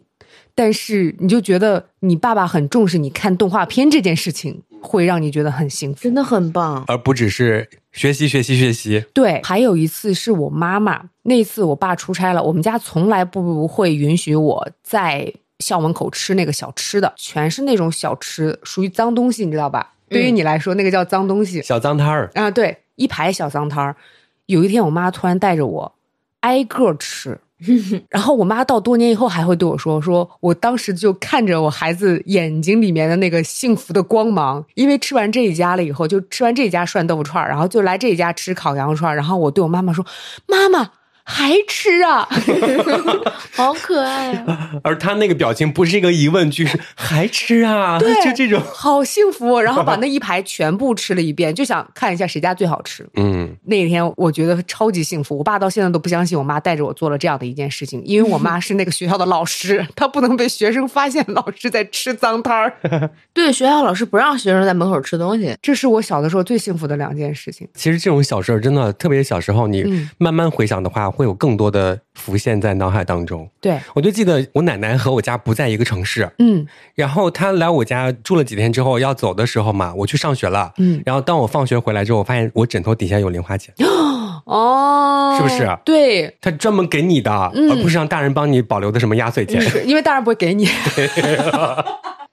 B: 但是你就觉得你爸爸很重视你看动画片这件事情，会让你觉得很幸福。
C: 真的很棒，
A: 而不只是学习学习学习。
B: 对，还有一次是我妈妈，那次我爸出差了，我们家从来不会允许我在校门口吃那个小吃的，全是那种小吃，属于脏东西，你知道吧？对于你来说，那个叫脏东西。
A: 小脏摊儿，
B: 啊，对，一排小脏摊儿。有一天，我妈突然带着我挨个儿吃，然后我妈到多年以后还会对我说：“说我当时就看着我孩子眼睛里面的那个幸福的光芒，因为吃完这一家了以后，就吃完这一家涮豆腐串儿，然后就来这一家吃烤羊肉串儿，然后我对我妈妈说：‘妈妈。’”还吃啊！ [laughs]
C: 好可爱
A: [laughs]
C: 啊！
A: 而他那个表情不是一个疑问句，是还吃啊？
B: 对
A: 就这种。
B: 好幸福哦！然后把那一排全部吃了一遍，就想看一下谁家最好吃。
A: 嗯，
B: 那天我觉得超级幸福，我爸到现在都不相信我妈带着我做了这样的一件事情，因为我妈是那个学校的老师， [laughs] 她不能被学生发现老师在吃脏摊儿。
C: 对，学校老师不让学生在门口吃东西，
B: 这是我小的时候最幸福的两件事情。
A: 其实这种小事儿真的，特别是小时候，你
B: 嗯
A: 慢慢回想的话，会有更多的浮现在脑海当中。
B: 对，
A: 我就记得我奶奶和我家不在一个城市，
B: 嗯
A: 然后他来我家住了几天之后，要走的时候嘛，我去上学了。
B: 嗯，
A: 然后当我放学回来之后，我发现我枕头底下有零花钱，
B: 哦，
A: 是不啊是
B: 对，
A: 他专门给你的，
B: 嗯
A: 而不是让大人帮你保留的什么压岁钱。
B: [laughs] 是因为大人不
A: [laughs]
B: 会给你。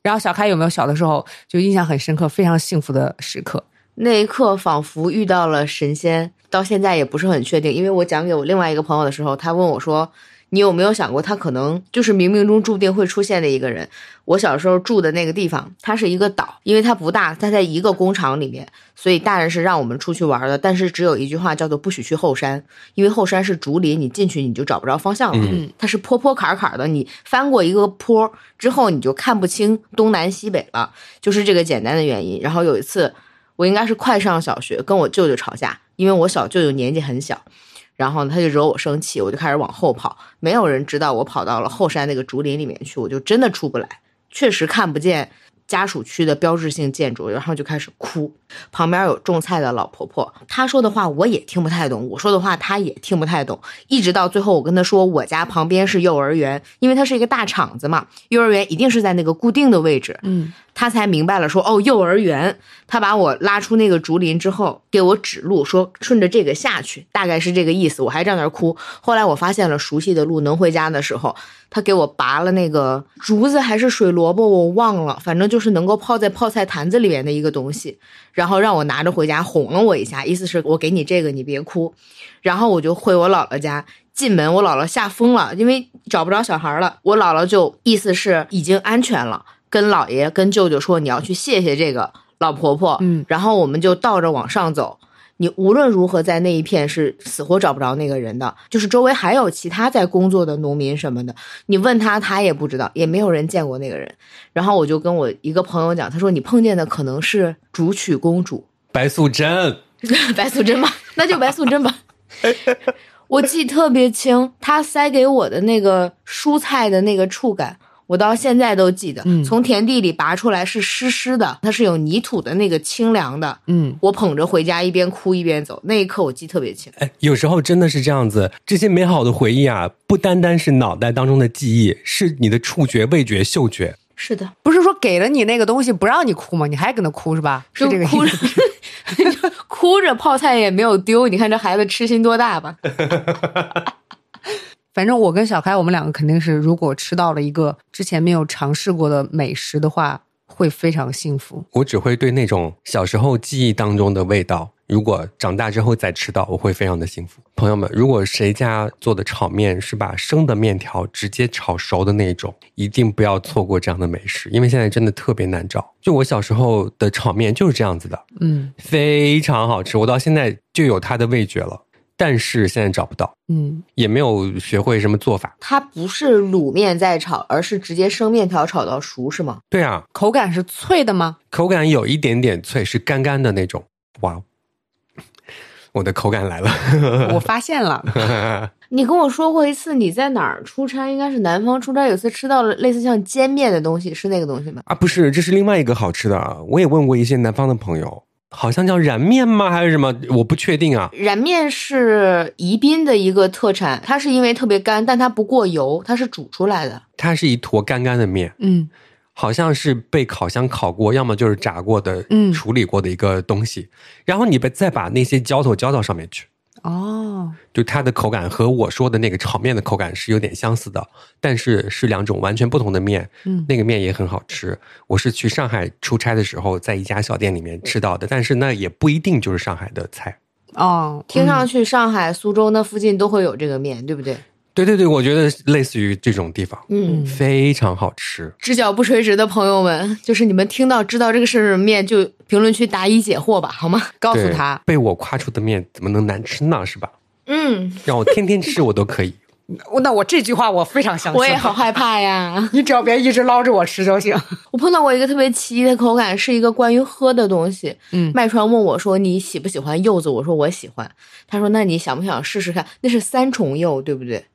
B: 然后小开有没有小的时候就印象很深刻、非常幸福的时刻？
C: 那一刻仿佛遇到了神仙。到现在也不是很确定，因为我讲给我另外一个朋友的时候，他问我说：“你有没有想过，他可能就是冥冥中注定会出现的一个人？”我小时候住的那个地方，它是一个岛，因为它不大，它在一个工厂里面，所以大人是让我们出去玩的，但是只有一句话叫做“不许去后山”，因为后山是竹林，你进去你就找不着方向了。
A: 嗯
C: 它是坡坡坎坎的，你翻过一个坡之后，你就看不清东南西北了，就是这个简单的原因。然后有一次，我应该是快上小学，跟我舅舅吵架，因为我小舅舅年纪很小，然后呢他就惹我生气，我就开始往后跑，没有人知道我跑到了后山那个竹林里面去，我就真的出不来，确实看不见。家属区的标志性建筑，然后就开始哭。旁边有种菜的老婆婆，她说的话我也听不太懂，我说的话她也听不太懂。一直到最后，我跟他说我家旁边是幼儿园，因为它是一个大厂子嘛，幼儿园一定是在那个固定的位置，
B: 嗯，
C: 他才明白了说哦，幼儿园。他把我拉出那个竹林之后，给我指路，说顺着这个下去，大概是这个意思。我还站那儿哭。后来我发现了熟悉的路，能回家的时候，他给我拔了那个竹子还是水萝卜，我忘了，反正就是能够泡在泡菜坛子里面的一个东西，然后让我拿着回家，哄了我一下，意思是我给你这个，你别哭。然后我就回我姥姥家。进门，我姥姥吓疯了，因为找不着小孩了。我姥姥就意思是已经安全了，跟姥爷、跟舅舅说你要去谢谢这个老婆婆。
B: 嗯，
C: 然后我们就倒着往上走。你无论如何在那一片是死活找不着那个人的，就是周围还有其他在工作的农民什么的，你问他他也不知道，也没有人见过那个人。然后我就跟我一个朋友讲，他说你碰见的可能是竹曲公主， [laughs]
A: 白素贞，
C: 白素贞吧， [laughs] 那就白素贞吧。 [laughs] 我记得特别清，他塞给我的那个蔬菜的那个触感，我到现在都记得。
B: 嗯
C: 从田地里拔出来是湿湿的，它是有泥土的那个清凉的。
B: 嗯，
C: 我捧着回家，一边哭一边走，那一刻我记得特别清。
A: 哎，有时候真的是这样子。这些美好的回忆啊，不单单是脑袋当中的记忆，是你的触觉、味觉、嗅觉。
C: 是的，
B: 不是说给了你那个东西不让你哭吗？你还搁那哭是吧？是
C: 就
B: 这个意
C: 哭着
B: 思。
C: [laughs] 哭着泡菜也没有丢，你看这孩子痴心多大吧？
B: 反正我跟小开，我们两个肯定是，如果吃到了一个之前没有尝试过的美食的话，会非常幸福。
A: 我只会对那种小时候记忆当中的味道，如果长大之后再吃到，我会非常的幸福。朋友们，如果谁家做的炒面是把生的面条直接炒熟的那种，一定不要错过这样的美食，因为现在真的特别难找。就我小时候的炒面就是这样子的，
B: 嗯
A: 非常好吃，我到现在就有它的味觉了，但是现在找不到，
B: 嗯，
A: 也没有学会什么做法。
C: 它不是卤面在炒，而是直接生面条炒到熟，是吗？
A: 对啊，
B: 口感是脆的吗？
A: 口感有一点点脆，是干干的那种。哇，哦 [laughs] 我的口感来了。
B: 我发现了，
C: 你跟我说过一次你在哪儿出差，应该是南方出差，有一次吃到了类似像煎面的东西，是那个东西吗？
A: [laughs] 啊，不是，这是另外一个好吃的啊。我也问过一些南方的朋友，好像叫燃面吗？还是什么？我不确定啊。
C: 燃面是宜宾的一个特产，它是因为特别干，但它不过油，它是煮出来的。
A: 它是一坨干干的面，
B: 嗯
A: 好像是被烤箱烤过，要么就是炸过的，
B: 嗯
A: 处理过的一个东西。然后你把再把那些浇头浇到上面去，
B: 哦，
A: 就它的口感和我说的那个炒面的口感是有点相似的，但是是两种完全不同的面。
B: 嗯
A: 那个面也很好吃。我是去上海出差的时候，在一家小店里面吃到的，但是那也不一定就是上海的菜。
B: 哦，嗯
C: 听上去上海、苏州那附近都会有这个面，对不对？
A: 对对对，我觉得类似于这种地方，
C: 嗯，
A: 非常好吃。
C: 只脚不垂直的朋友们，就是你们听到知道这个事儿的面，就评论区答疑解惑吧，好吗？告诉
A: 对
C: 他，
A: 被我夸出的面怎么能难吃呢？是吧？
C: 嗯，
A: 让我天天吃我都
C: [laughs]
A: 可以。
B: 我那我这句话我非常相信，
C: 我也好，害怕呀。
B: 你只要别一直捞着我吃就行。
C: 我碰到过一个特别奇异的口感，是一个关于喝的东西。
B: 嗯
C: 麦川问我说：“你喜不喜欢柚子？”我说：“我喜欢。”他说：“那你想不想试试看？那是三重柚，对不对？”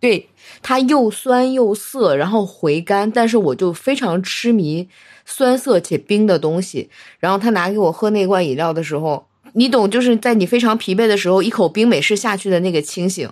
C: 对，它又酸又涩，然后回甘，但是我就非常痴迷酸涩且冰的东西。然后他拿给我喝那罐饮料的时候，你懂，就是在你非常疲惫的时候，一口冰美式下去的那个清醒，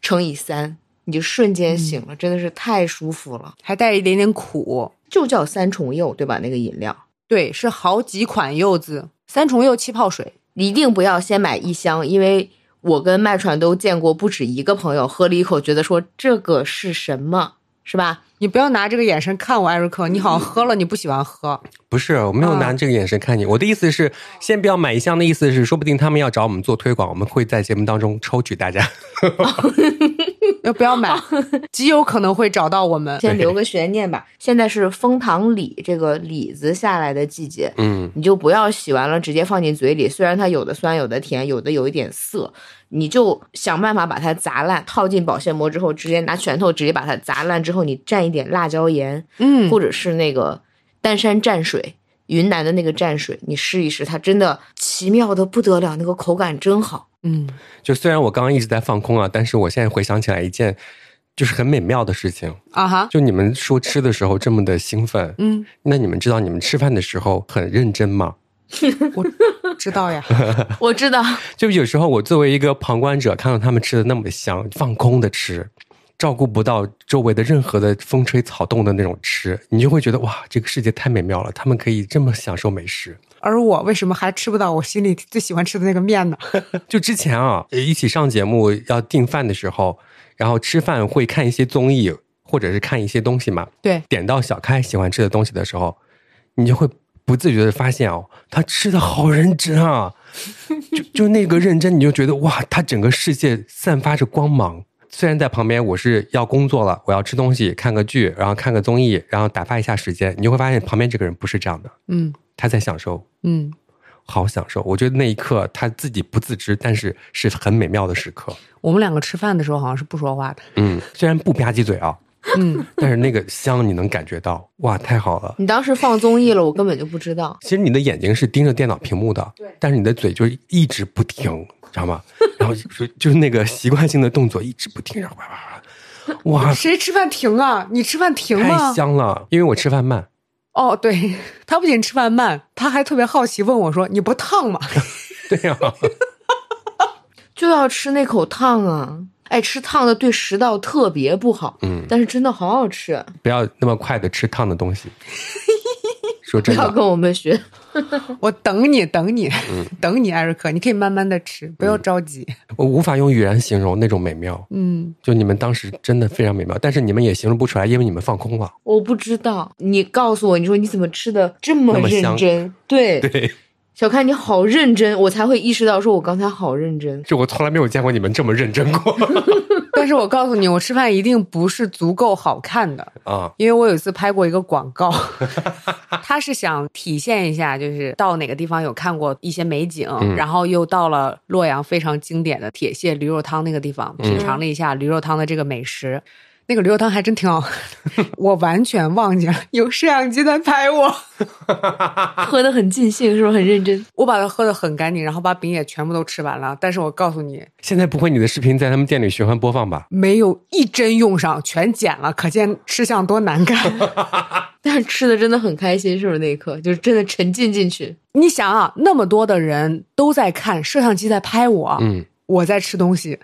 C: 乘以三，你就瞬间醒了，真的是太舒服了。
B: 还带一点点苦。
C: 就叫三重柚，对吧？那个饮料。
B: 对，是好几款柚子，三重柚气泡水。
C: 一定不要先买一箱，因为我跟麦传都见过不止一个朋友喝了一口，觉得说这个是什么，是吧？
B: 你不要拿这个眼神看我，艾瑞克，你好像喝了，你不喜欢喝。
A: 不是，我没有
C: 嗯
A: 拿这个眼神看你。我的意思是，先不要买一箱的意思是，说不定他们要找我们做推广，我们会在节目当中抽取大家。
B: 要不要
C: [laughs]
B: 买？极有可能会找到我们。
C: 先留个悬念吧。现在是枫糖李这个李子下来的季节，
A: [laughs] 嗯，
C: 你就不要洗完了直接放进嘴里，虽然它有的酸，有的甜，有的有一点涩，你就想办法把它砸烂，套进保鲜膜之后，直接拿拳头直接把它砸烂之后，你蘸一点辣椒盐，
B: 嗯，
C: 或者是那个丹山蘸水，云南的那个蘸水，你试一试，它真的奇妙的不得了，那个口感真好。
B: 嗯，
A: 就虽然我刚刚一直在放空啊，但是我现在回想起来一件就是很美妙的事情。
B: 啊哈，
A: 就你们说吃的时候这么的兴奋，
B: 嗯，
A: 那你们知道你们吃饭的时候很认真吗？
B: [laughs] 我知道呀。
C: 我知道，
A: 就有时候我作为一个旁观者，看到他们吃的那么的香，放空的吃，照顾不到周围的任何的风吹草动的那种吃，你就会觉得哇，这个世界太美妙了，他们可以这么享受美食。
B: 而我为什么还吃不到我心里最喜欢吃的那个面呢？
A: 就之前啊，一起上节目要订饭的时候，然后吃饭会看一些综艺或者是看一些东西嘛，
B: 对，
A: 点到小开喜欢吃的东西的时候，你就会不自觉的发现哦，他吃的好认真啊，就就那个认真，你就觉得哇，他整个世界散发着光芒。虽然在旁边我是要工作了，我要吃东西、看个剧，然后看个综艺，然后打发一下时间，你就会发现旁边这个人不是这样的，
B: 嗯
A: 他在享受，
B: 嗯，
A: 好享受。我觉得那一刻他自己不自知，但是是很美妙的时刻。
B: 我们两个吃饭的时候好像是不说话的。
A: 嗯，虽然不吧唧嘴 [laughs] 啊，
B: [laughs] 嗯，
A: 但是那个香你能感觉到，哇，太好了。
C: 你当时放综艺了，我根本就不知道。
A: 其实你的眼睛是盯着电脑屏幕的，对，但是你的嘴就一直不停，知道吗？ [laughs] 然后就就是那个习惯性的动作一直不停，然后哇哇哇，哇，
B: 谁吃饭停啊？你吃饭停
A: 太
B: 吗？
A: 香了！因为我吃饭慢， [laughs]
B: 哦，对，他不仅吃饭慢，他还特别好奇问我说：“你不烫吗 [laughs]
A: 对啊呀、
C: 就要吃那口烫啊！哎，吃烫的对食道特别不好，
A: 嗯，
C: 但是真的好好吃。
A: [laughs] 不要那么快的吃烫的东西。说
C: 不
A: 真
C: 要
A: 的，
C: 跟我们学，
B: 我等你，等你， [laughs] 等你，艾瑞克，你可以慢慢的吃，不要着急。
A: 我无法用语言形容那种美妙。
B: 嗯，
A: 就你们当时真的非常美妙，但是你们也形容不出来，因为你们放空了。
C: 我不知道，你告诉我，你说你怎么吃的这么
A: 那么香
C: 认真？对，
A: [laughs] 对，
C: 小看你好认真，我才会意识到，说我刚才好
A: [laughs]
C: 认真。
A: 就我从来没有见过你们这么认真过 [laughs]
B: 但是我告诉你，我吃饭一定不是足够好看的，
A: 啊！
B: 因为我有一次拍过一个广告， [laughs] 他是想体现一下，就是到哪个地方有看过一些美景，
A: 嗯
B: 然后又到了洛阳非常经典的铁屑驴肉汤那个地方，品尝了一下驴肉汤的这个美食。那个驴肉汤还真挺好 [laughs] 喝的，我完全忘记了有摄像机在拍我，
C: 喝的很尽兴，是不是很认真？
B: 我把它喝得很干净，然后把饼也全部都吃完了。但是我告诉你，
A: 现在不会你的视频在他们店里循环播放吧？
B: 没有一针用上，全剪了，可见吃相多难看。
C: 但是吃的真的很开心，是不是那一刻就是真的沉浸进去？
B: 你想啊，那么多的人都在看，摄像机在拍我，
A: 嗯，
B: 我在吃东西，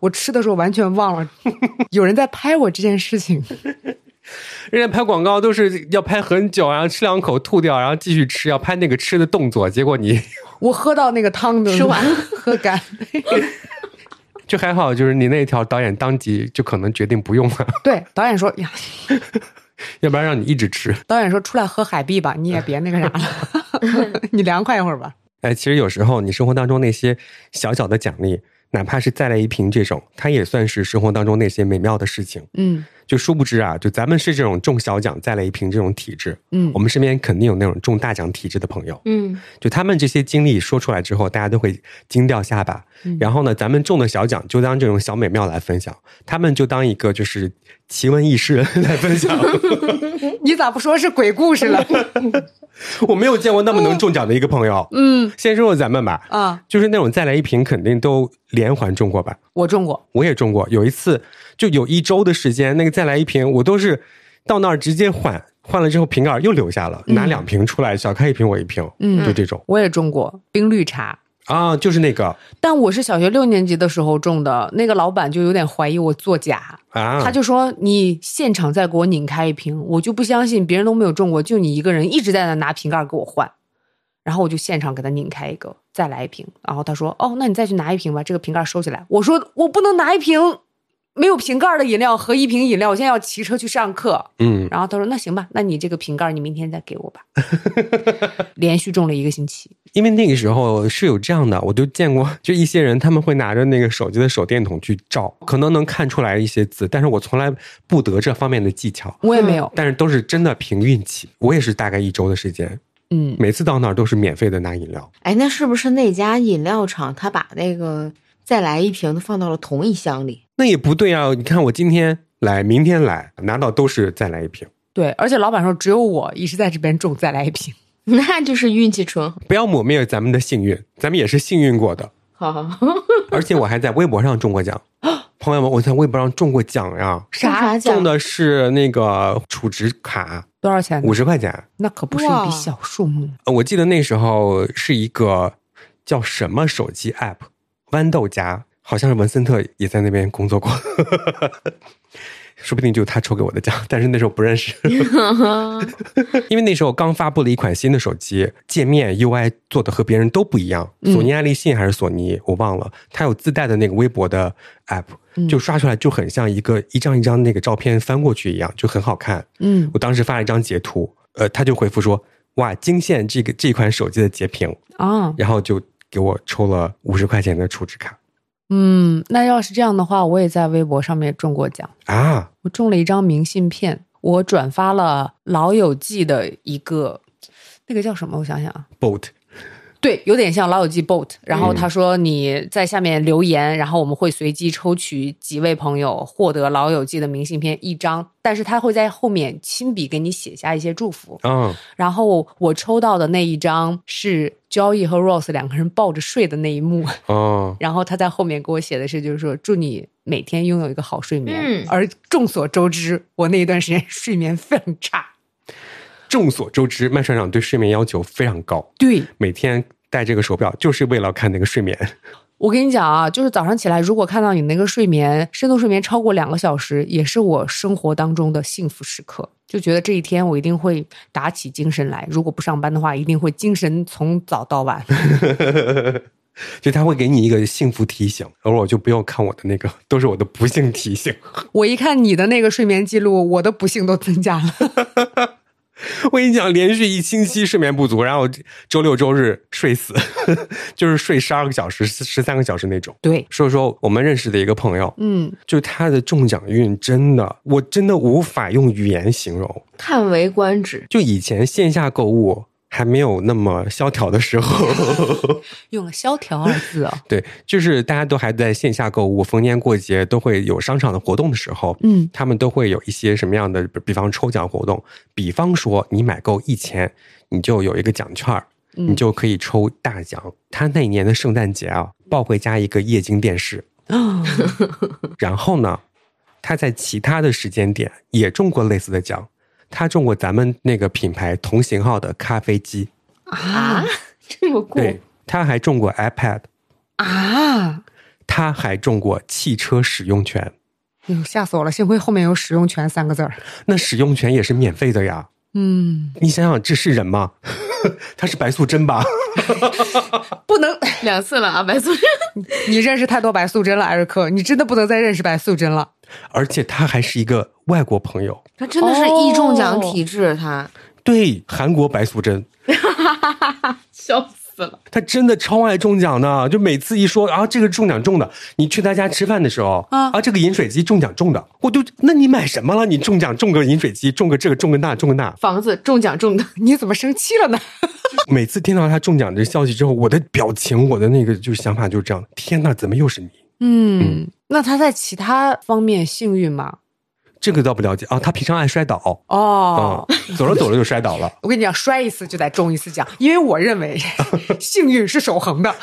B: 我吃的时候完全忘了有人在拍我这件事情。
A: 人家拍广告都是要拍很久，然后吃两口吐掉，然后继续吃，要拍那个吃的动作，结果你 [laughs]
B: 我喝到那个汤的
C: 吃完
B: 喝干， [laughs]
A: 就还好，就是你那一条导演当即就可能决定不用了， [laughs]
B: 对导演说呀，
A: 要不然让你一直吃。
B: 导演说出来喝海碧吧，你也别那个啥
C: [laughs]
B: 了，你凉快一会儿吧。
A: 哎，其实有时候你生活当中那些小小的奖励，哪怕是再来一瓶这种，它也算是生活当中那些美妙的事情。
B: 嗯
A: 就殊不知啊，就咱们是这种中小奖再来一瓶这种体质，
B: 嗯
A: 我，们身边肯定有那种中大奖体质的朋友，
C: 嗯，
A: 就他们这些经历说出来之后，大家都会惊掉下巴。
B: 嗯
A: 然后呢，咱们中的小奖就当这种小美妙来分享，他们就当一个就是奇闻异事来分
B: [laughs]
A: 享。
C: 哎
B: 你咋不说是鬼故事
C: [laughs]
B: 了？
A: 我没有见过那么能中奖的一个朋友。
B: 嗯
A: 先说说咱们吧，
B: 啊，
A: 就是那种再来一瓶肯定都连环中过吧。
B: 我中过，
A: 我也中过，有一次就有一周的时间，那个再来一瓶，我都是到那儿直接换，换了之后瓶盖又留下了，拿两瓶出来，小开一瓶我一瓶，
B: 嗯
A: 就这种
B: 我也中过冰绿茶。
A: 啊，就是那个
B: 但我是小学六年级的时候中的，那个老板就有点怀疑我作假，
A: 啊，
B: 他就说你现场再给我拧开一瓶，我就不相信，别人都没有中过，就你一个人一直在那拿瓶盖给我换，然后我就现场给他拧开一个，再来一瓶，然后他说哦，那你再去拿一瓶吧，这个瓶盖收起来。我说我不能拿一瓶没有瓶盖的饮料和一瓶饮料，我现在要骑车去上课。
A: 嗯，
B: 然后他说那行吧，那你这个瓶盖你明天再给我吧。 [laughs] 连续中了一个星期，
A: 因为那个时候是有这样的，我就见过，就一些人他们会拿着那个手机的手电筒去照，可能能看出来一些字，但是我从来不得这方面的技巧。
B: 我也没有，
A: 但是都是真的凭运气，我也是大概一周的时间，
B: 嗯，
A: 每次到那儿都是免费的拿饮料，
C: 哎，那是不是那家饮料厂他把那个再来一瓶的放到了同一箱里？ [laughs]
A: 那也不对啊！你看我今天来，明天来，拿到都是再来一瓶，
B: 对，而且老板说只有我一直在这边中，再来一瓶。
C: 那就是运气纯好。
A: 不要抹灭咱们的幸运，咱们也是幸运过的。
C: 好好好， [laughs]
A: 而且我还在微博上中过奖，朋友们，我在微博上中过奖呀，
C: 啊啥
A: 中
C: 奖？
A: 的是那个储值卡，
B: 多少钱呢？
A: 五十块钱。
B: 那可不是一笔
C: 哇
B: 小数目。
A: 呃我记得那时候是一个叫什么手机 app，豌豆荚，好像是文森特也在那边工作过， [laughs] 说不定就是他抽给我的奖，但是那时候不认识。 [laughs] 因为那时候刚发布了一款新的手机，界面 UI 做的和别人都不一样，
B: 嗯
A: 索尼爱立信还是索尼，我忘了，它有自带的那个微博的 app，
B: 嗯
A: 就刷出来就很像一个一张一张那个照片翻过去一样，就很好看。
B: 嗯，
A: 我当时发了一张截图，呃，他就回复说：“哇，惊现这个这款手机的截屏。
B: 啊”，
A: 然后就给我抽了五十块钱的储值卡
B: 嗯，那要是这样的话，我也在微博上面中过奖，
A: 啊！
B: 我中了一张明信片，我转发了《老友记》的一个，那个叫什么？我想想啊，
A: boat
B: 对，有点像《老友记》boat。然后他说你在下面留言，然后我们会随机抽取几位朋友获得《老友记》的明信片一张，但是他会在后面亲笔给你写下一些祝福。
A: 啊，
B: 然后我抽到的那一张是 Joey 和 Rose 两个人抱着睡的那一幕，
A: 哦，
B: 然后他在后面给我写的是，就是说祝你每天拥有一个好睡眠。
C: 嗯
B: 而众所周知，我那一段时间睡眠非常差。
A: 众所周知，麦船长对睡眠要求非常高，
B: 对，
A: 每天戴这个手表就是为了看那个睡眠。 [laughs]
B: 我跟你讲啊，就是早上起来，如果看到你那个睡眠深度睡眠超过两个小时，也是我生活当中的幸福时刻，就觉得这一天我一定会打起精神来。如果不上班的话，一定会精神从早到 [laughs] 晚。
A: 就他会给你一个幸福提醒，而我就不用看我的那个，都是我的不幸提醒。 [laughs]
B: 我一看你的那个睡眠记录，我的不幸都增加了。
A: 我跟你讲，连续一星期睡眠不足，然后周六周日睡死， [laughs] 就是睡十二个小时、十三个小时那种。
B: [laughs] 对，
A: 说说我们认识的一个朋友，
B: 嗯，
A: 就他的中奖运真的，我真的无法用语言形容。
C: 叹为观止。
A: 就以前线下购物还没有那么萧条的时候，
B: 用了“萧条”二字啊。
A: 对，就是大家都还在线下购物，逢年过节都会有商场的活动的时候，
B: 嗯， [gasps]
A: 他们都会有一些什么样的，比比方抽奖活动，比方说你买够一千，你就有一个奖券儿，
B: 嗯
A: 你就可以抽大奖。他那一年的圣诞节啊，抱回家一个液晶电视，然后呢，他在其他的时间点也中过类似的奖，他中过咱们那个品牌同型号的咖啡机，
C: 啊， [laughs] 这么酷
A: 对，他还中过 iPad，
B: 啊！
A: 他还中过汽车使用权。
B: 哎呦，吓死我了！幸亏后面有“使用权”三个字儿。
A: 那使用权也是免费的呀。
B: 嗯，
A: 你想想，这是人吗？ [laughs] 他是白素贞吧？ [laughs]
B: 不能，
C: 两次了啊，白素贞。
B: [laughs] 你认识太多白素贞了，艾瑞克，你真的不能再认识白素贞了。
A: 而且他还是一个外国朋友，
C: [laughs] 他真的是易中奖体质，他
A: 对，韩国白素贞，
C: 笑死了。
A: 他真的超爱中奖的。就每次一说啊，这个中奖中的，你去他家吃饭的时候
B: 啊
A: 啊，这个饮水机中奖中的，我就那你买什么了？你中奖中个饮水机，中个这个，中个那，中个那。
C: 房子中奖中的， [laughs]
B: 你怎么生气了呢？
A: 每次听到他中奖的消息之后，我的表情，我的那个就是想法就是这样：天呐，怎么又是你？
B: 嗯，那他在其他方面幸运吗？
A: 这个倒不了解啊。他平常爱摔倒，
B: 哦
A: 啊，，走着走着就摔倒了。
B: 我跟你讲，摔一次就得中一次奖，因为我认为 [laughs] 幸运是守恒的。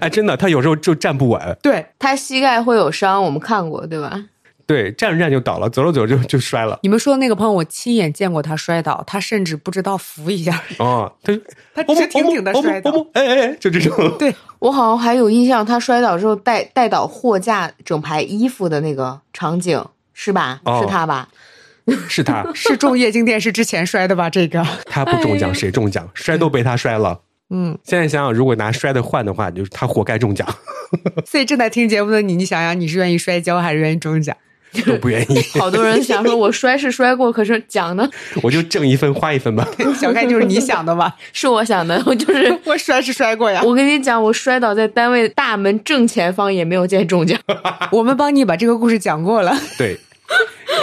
A: 哎，真的，他有时候就站不稳，
B: 对，
C: 他膝盖会有伤，我们看过对吧？
A: 对，站着站着就倒了，走着走着就就摔了。
B: 你们说的那个朋友，我亲眼见过他摔倒，他甚至不知道扶一下， [laughs]
A: 哦，他
B: 他直挺挺的摔倒。
A: 哦哦哦哦哎哎，就这种。 [laughs]
B: 对，
C: 我好像还有印象，他摔倒之后带带倒货架整排衣服的那个场景是吧？
A: 哦
C: 是
A: [laughs]
C: 他吧？
A: 是他，
B: 是中液晶电视之前摔的吧？这个，
A: 他不中奖谁中奖？摔都被他摔了。
B: 嗯，
A: 现在想想，如果拿摔的换的话，就是他活该中奖，
B: 所以正在听节目的你，你想想，你是愿意摔跤还是愿意中奖？
A: 都不愿意。
C: 好多人想说，我摔是摔过，可是奖呢 [laughs]
A: 我就挣一分花一分吧。
B: 小概就是你想的吧？
C: 是我想的，我就
A: [laughs]
C: 是
B: [laughs] 我摔是摔过呀，
C: 我跟你讲，我摔倒在单位大门正前方也没有见中奖，
B: 我们帮你把这个故事讲过了。 [laughs]
A: 对，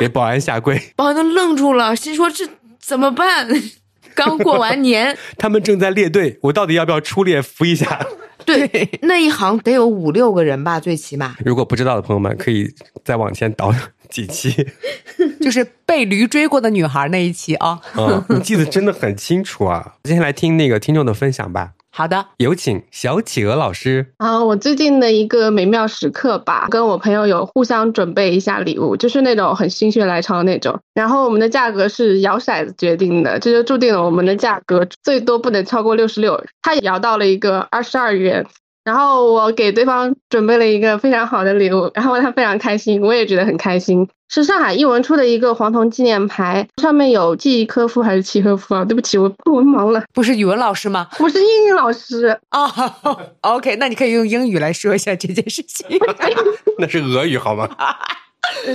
A: 给保安下跪。
C: 把我都愣住了，心说这怎么办？ [laughs] 刚过完年，
A: 他们正在列队，我到底要不要出列扶一下？
C: [laughs] 对，那一行得有五六个人吧，最起码。
A: 如果不知道的朋友们，可以再往前倒几期。
B: 就是被驴追过的女孩那一期啊、
A: 啊、你记得真的很清楚啊！接下来听那个听众的分享吧，
B: 好的，
A: 有请小企鹅老师。
D: 啊，我最近的一个美妙时刻吧，跟我朋友有互相准备一下礼物，就是那种很心血来潮的那种。然后我们的价格是摇骰子决定的，这就注定了我们的价格最多不能超过六十六。他摇到了一个二十二元，然后我给对方准备了一个非常好的礼物，然后他非常开心，我也觉得很开心。是上海艺文出的一个黄铜纪念牌，上面有季科夫还是契诃夫啊？对不起，我 [laughs] 不文盲了，
B: 不是语文老师吗？
D: 我是英语老师。
B: 啊、o [laughs] k 那你可以用英语来说一下这件事 [laughs] 情。
A: 那是俄语好吗？
D: [laughs]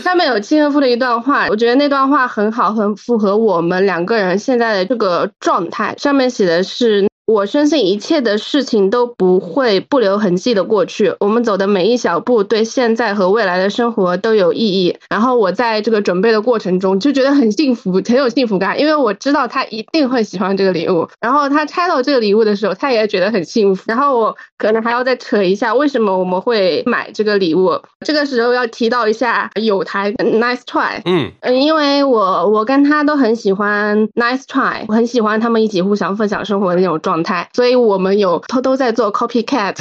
D: 上面有契诃夫的一段话，我觉得那段话很好，很符合我们两个人现在的这个状态。上面写的是：我深信一切的事情都不会不留痕迹的过去，我们走的每一小步对现在和未来的生活都有意义。然后我在这个准备的过程中就觉得很幸福，很有幸福感，因为我知道他一定会喜欢这个礼物。然后他拆到这个礼物的时候，他也觉得很幸福。然后我可能还要再扯一下，为什么我们会买这个礼物？这个时候要提到一下有台 Nice Try，
A: 嗯，
D: 嗯，因为我我跟他都很喜欢 Nice Try，我很喜欢他们一起互相分享生活的那种状态，所以我们有偷偷在做 copycat，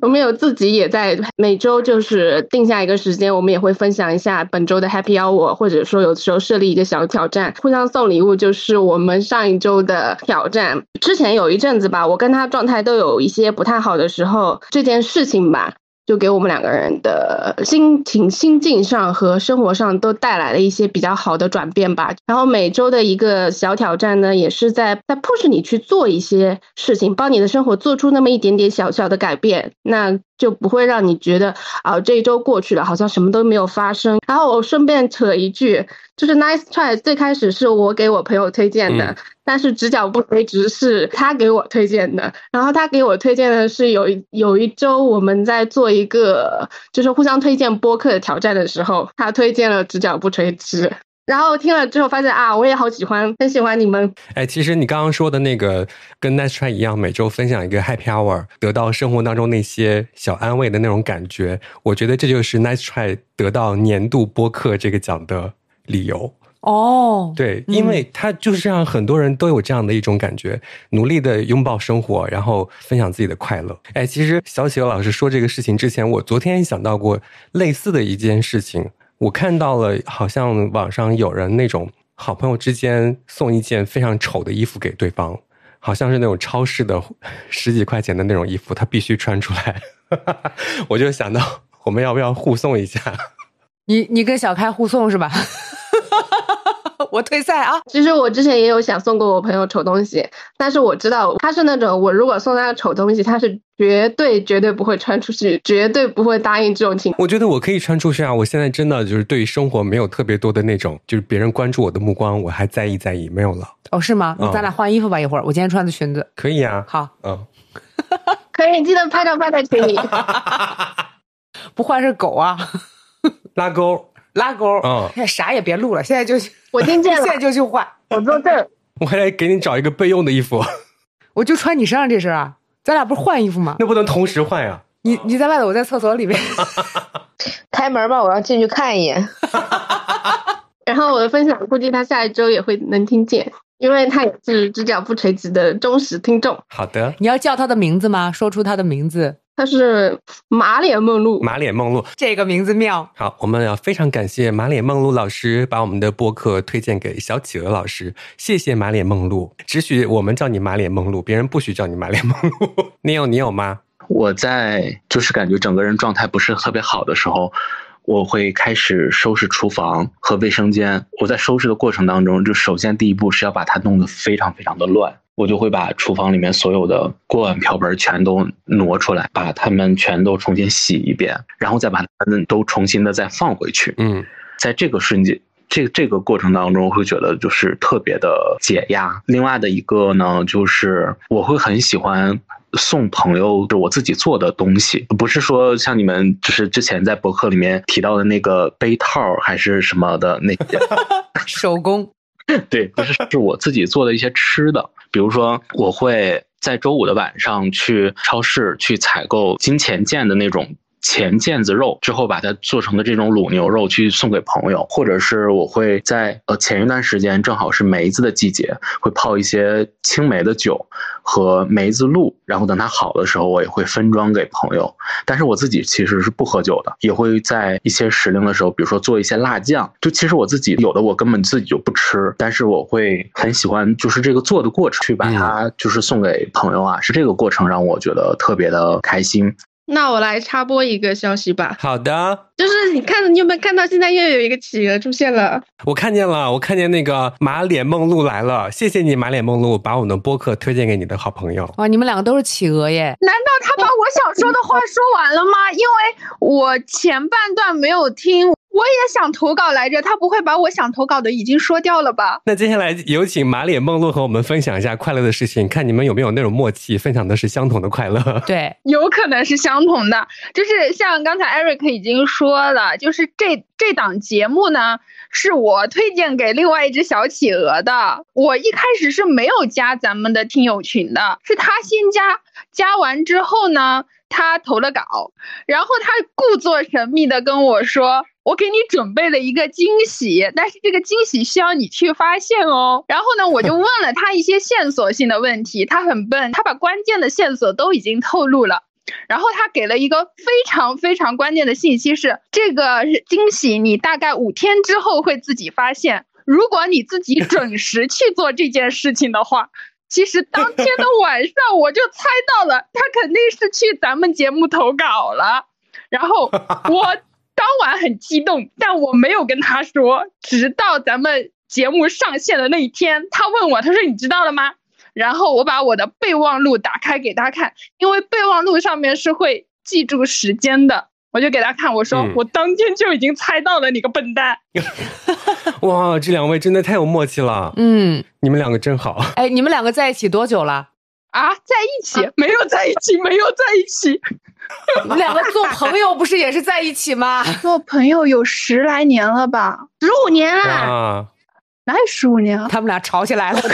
D: 我们有自己也在每周就是定下一个时间，我们也会分享一下本周的 happy hour，或者说有的时候设立一个小挑战，互相送礼物，就是我们上一周的挑战。之前有一阵子吧，我跟他状态都有一些不太好的时候，这件事情吧，就给我们两个人的心情、心境上和生活上都带来了一些比较好的转变吧。然后每周的一个小挑战呢，也是在在 push 你去做一些事情，帮你的生活做出那么一点点小小的改变，那就不会让你觉得啊这一周过去了，好像什么都没有发生。然后我顺便扯一句，就是 Nice Try 最开始是我给我朋友推荐的，
A: 嗯
D: 但是直角不垂直是他给我推荐的，然后他给我推荐的是有一有一周我们在做一个就是互相推荐播客的挑战的时候，他推荐了直角不垂直，然后听了之后发现啊，我也好喜欢，很喜欢你们，
A: 哎，其实你刚刚说的那个跟 Nice Try 一样，每周分享一个 Happy Hour，得到生活当中那些小安慰的那种感觉，我觉得这就是 Nice Try 得到年度播客这个奖的理由。
B: 哦，
A: 对，因为他就是让很多人都有这样的一种感觉，努力的拥抱生活，然后分享自己的快乐。哎，其实小企鹅老师说这个事情之前，我昨天也想到过类似的一件事情。我看到了，好像网上有人那种好朋友之间送一件非常丑的衣服给对方，好像是那种超市的十几块钱的那种衣服，他必须穿出来。 [laughs] 我就想到，我们要不要互送一下？
B: 你你跟小开互送是吧？ [laughs] 我退赛啊！
D: 其实我之前也有想送过我朋友丑东西，但是我知道他是那种我如果送他丑东西，他是绝对绝对不会穿出去，绝对不会答应这种情
A: 我觉得我可以穿出去啊！我现在真的就是对于生活没有特别多的那种，就是别人关注我的目光，我还在意在意，没有了。
B: 哦，是吗？那
A: 嗯
B: 咱俩换衣服吧，一会儿。我今天穿的裙子，
A: 可以啊，
B: 好，
A: 嗯，
D: 可以记得拍照发在群里。
B: 不换是狗啊， [laughs]
A: 拉钩，
B: 拉钩。
A: 嗯
B: 现在啥也别录了，现在 [laughs] 就去，
D: 我听见
B: 现在
D: 了，
B: 就去换，
D: 我作证。
A: 我还得给你找一个备用的衣服， [laughs]
B: 我就穿你身上这身啊。咱俩不是换衣服吗？
A: 那不能同时换呀、
B: 你你在外头，我在厕所里面。
C: 开门吧，我要进去看一
D: [laughs]
C: 眼。
D: 然后我的分享估计他下一周也会能听见，因为他也是直角不垂直的忠实听众，
A: 好的，
B: 你要叫他的名字吗？说出他的名字，
D: 他是马脸梦露。
A: 马脸梦露。
B: 这个名字妙。
A: 好，我们要非常感谢马脸梦露老师把我们的播客推荐给小企鹅老师，谢谢马脸梦露，只许我们叫你马脸梦露，别人不许叫你马脸梦露。 [laughs] 你有你有吗？
E: 我在就是感觉整个人状态不是特别好的时候，我会开始收拾厨房和卫生间。我在收拾的过程当中，就首先第一步是要把它弄得非常非常的乱。我就会把厨房里面所有的锅碗瓢盆全都挪出来，把它们全都重新洗一遍，然后再把它们都重新的再放回去。
A: 嗯，
E: 在这个瞬间，这这个过程当中，我会觉得就是特别的解压。另外的一个呢，就是我会很喜欢。送朋友就我自己做的东西，不是说像你们就是之前在博客里面提到的那个杯套还是什么的那些，
B: 手工，
E: 对，不是是我自己做的一些吃的，比如说我会在周五的晚上去超市去采购金钱腱的那种。前腱子肉之后把它做成的这种卤牛肉去送给朋友，或者是我会在呃前一段时间正好是梅子的季节，会泡一些青梅的酒和梅子露，然后等它好的时候我也会分装给朋友。但是我自己其实是不喝酒的，也会在一些时令的时候，比如说做一些辣酱。就其实我自己有的我根本自己就不吃，但是我会很喜欢，就是这个做的过程，去把它就是送给朋友啊，是这个过程让我觉得特别的开心。
D: 那我来插播一个消息吧，
A: 好的。
D: 就是你看你有没有看到现在又有一个企鹅出现了？
A: 我看见了，我看见那个马脸梦露来了，谢谢你马脸梦露，把我们的播客推荐给你的好朋友。
B: 哇，你们两个都是企鹅耶！
F: 难道他把我想说的话说完了吗？因为我前半段没有听，我也想投稿来着。他不会把我想投稿的已经说掉了吧？
A: 那接下来有请马脸梦露和我们分享一下快乐的事情，看你们有没有那种默契，分享的是相同的快
B: [laughs]
A: 乐。
B: 对，
F: 有可能是相同的，就是像刚才 Eric 已经说了，就是这这档节目呢，是我推荐给另外一只小企鹅的。我一开始是没有加咱们的听友群的，是他先加，加完之后呢，他投了稿，然后他故作神秘的跟我说。我给你准备了一个惊喜，但是这个惊喜需要你去发现哦。然后呢，我就问了他一些线索性的问题，他很笨，他把关键的线索都已经透露了。然后他给了一个非常非常关键的信息是，这个惊喜你大概五天之后会自己发现。如果你自己准时去做这件事情的话，其实当天的晚上我就猜到了，他肯定是去咱们节目投稿了。然后我当晚很激动，但我没有跟他说，直到咱们节目上线的那一天，他问我，他说你知道了吗？然后我把我的备忘录打开给他看，因为备忘录上面是会记住时间的，我就给他看，我说、
A: 嗯
F: 我当天就已经猜到了，你个笨蛋。
A: 哇，这两位真的太有默契了，
B: 嗯，
A: 你们两个真
B: [laughs]
A: 好。
B: 哎，你们两个在一起多久了？
F: 啊，在一起、没有在一起，没有在一起，
B: 你们两个做朋友不是也是在一起 [laughs] 吗？
F: 做朋友有十来年了吧？
D: 十五年
F: 啊
D: 啦，
A: 哇，
F: 哪有十五年啊？
B: 他们俩吵起来了，
D: 做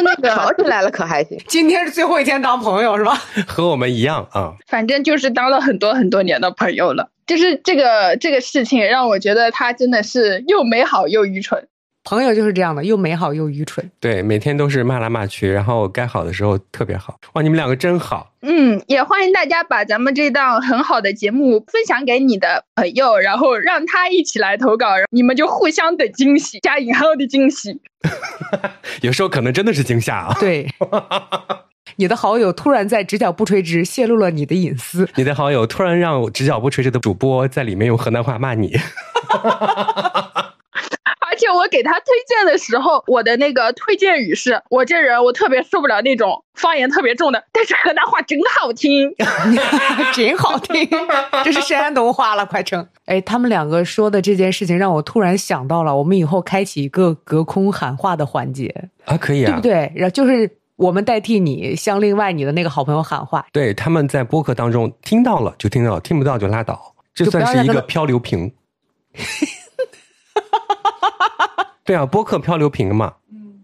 D: 那
C: 吵
D: 个
C: 起来了可还行？
B: [laughs] 今天是最后一天当朋友是吧？
A: 和我们一样啊，
F: 反正就是当了很多很多年的朋友了。就是这个这个事情让我觉得他真的是又美好又愚蠢。
B: 朋友就是这样的，又美好又愚蠢。
A: 对，每天都是骂来骂去，然后该好的时候特别好。哇，你们两个真好，
F: 嗯，也欢迎大家把咱们这档很好的节目分享给你的朋友，然后让他一起来投稿，然后你们就互相的惊喜加引号的惊喜。
A: 有时候可能真的是惊吓啊。
B: [laughs] 对，你的好友突然在直角不垂直泄露了你的隐私，
A: 你的好友突然让我直角不垂直的主播在里面用河南话骂你，
F: 而且我给他推荐的时候，我的那个推荐语是：我这人我特别受不了那种方言特别重的，但是河南话真好听。 [laughs]
B: [laughs] 真好听，这是山东话了，快成。哎，他们两个说的这件事情让我突然想到了，我们以后开启一个隔空喊话的环节，
A: 啊，可以啊，
B: 对不对？然后就是我们代替你向另外你的那个好朋友喊话，
A: 对？他们在播客当中听到了就听到了，听不到就拉倒，这
B: 就不要
A: 算是一
B: 让他
A: 个
B: 们
A: 漂流瓶。对啊，播客漂流瓶嘛。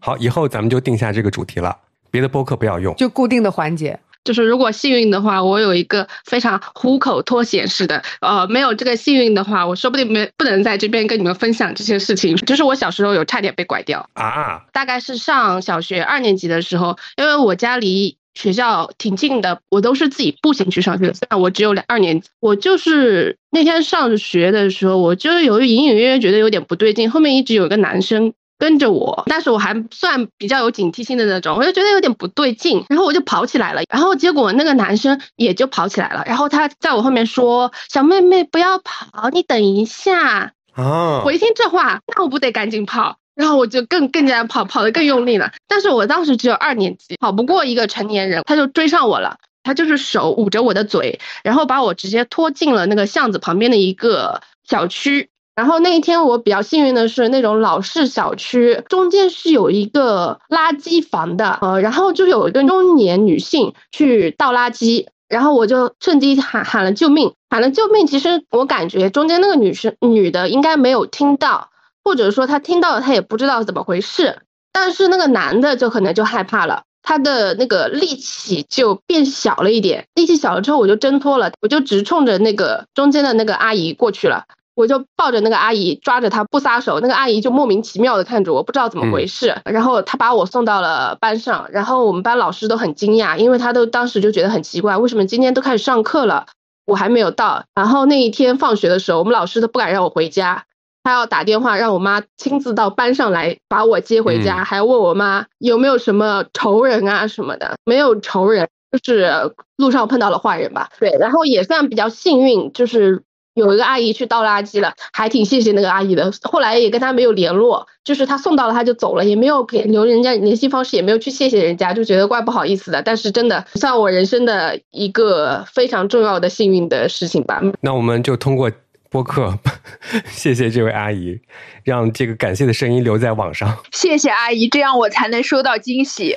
A: 好，以后咱们就定下这个主题了，别的播客不要用。
B: 就固定的环节。
D: 就是如果幸运的话，我有一个非常虎口脱险式的。呃，没有这个幸运的话，我说不定没不能在这边跟你们分享这些事情。就是我小时候有差点被拐掉。
A: 啊，
D: 大概是上小学二年级的时候，因为我家离学校挺近的，我都是自己步行去上学的。虽然我只有两二年级，我就是那天上学的时候，我就有隐隐约约觉得有点不对劲，后面一直有一个男生。跟着我，但是我还算比较有警惕性的那种，我就觉得有点不对劲，然后我就跑起来了，然后结果那个男生也就跑起来了，然后他在我后面说：“小妹妹不要跑，你等一下。”
A: 啊
D: 我一听这话，那我不得赶紧跑？然后我就更更加跑，跑得更用力了。但是我当时只有二年级，跑不过一个成年人，他就追上我了。他就是手捂着我的嘴，然后把我直接拖进了那个巷子旁边的一个小区。然后那一天我比较幸运的是那种老式小区，中间是有一个垃圾房的，呃，然后就有一个中年女性去倒垃圾，然后我就趁机喊喊了救命，喊了救命。其实我感觉中间那个女生女的应该没有听到，或者说她听到了她也不知道怎么回事，但是那个男的就可能就害怕了。他的那个力气就变小了一点，力气小了之后我就挣脱了，我就直冲着那个中间的那个阿姨过去了。我就抱着那个阿姨，抓着她不撒手。那个阿姨就莫名其妙的看着我，不知道怎么回事。然后她把我送到了班上，然后我们班老师都很惊讶，因为他都当时就觉得很奇怪，为什么今天都开始上课了，我还没有到。然后那一天放学的时候，我们老师都不敢让我回家，他要打电话让我妈亲自到班上来把我接回家，
A: 嗯
D: 还问我妈有没有什么仇人啊什么的，没有仇人。就是路上碰到了坏人吧，对，然后也算比较幸运，就是有一个阿姨去倒垃圾了，还挺谢谢那个阿姨的。后来也跟她没有联络，就是她送到了她就走了，也没有给留人家联系方式，也没有去谢谢人家，就觉得怪不好意思的。但是真的算我人生的一个非常重要的幸运的事情吧。嗯
A: 那我们就通过播客， [laughs] 谢谢这位阿姨，让这个感谢的声音留在网上。 [laughs]
F: 谢谢阿姨，这样我才能收到惊喜。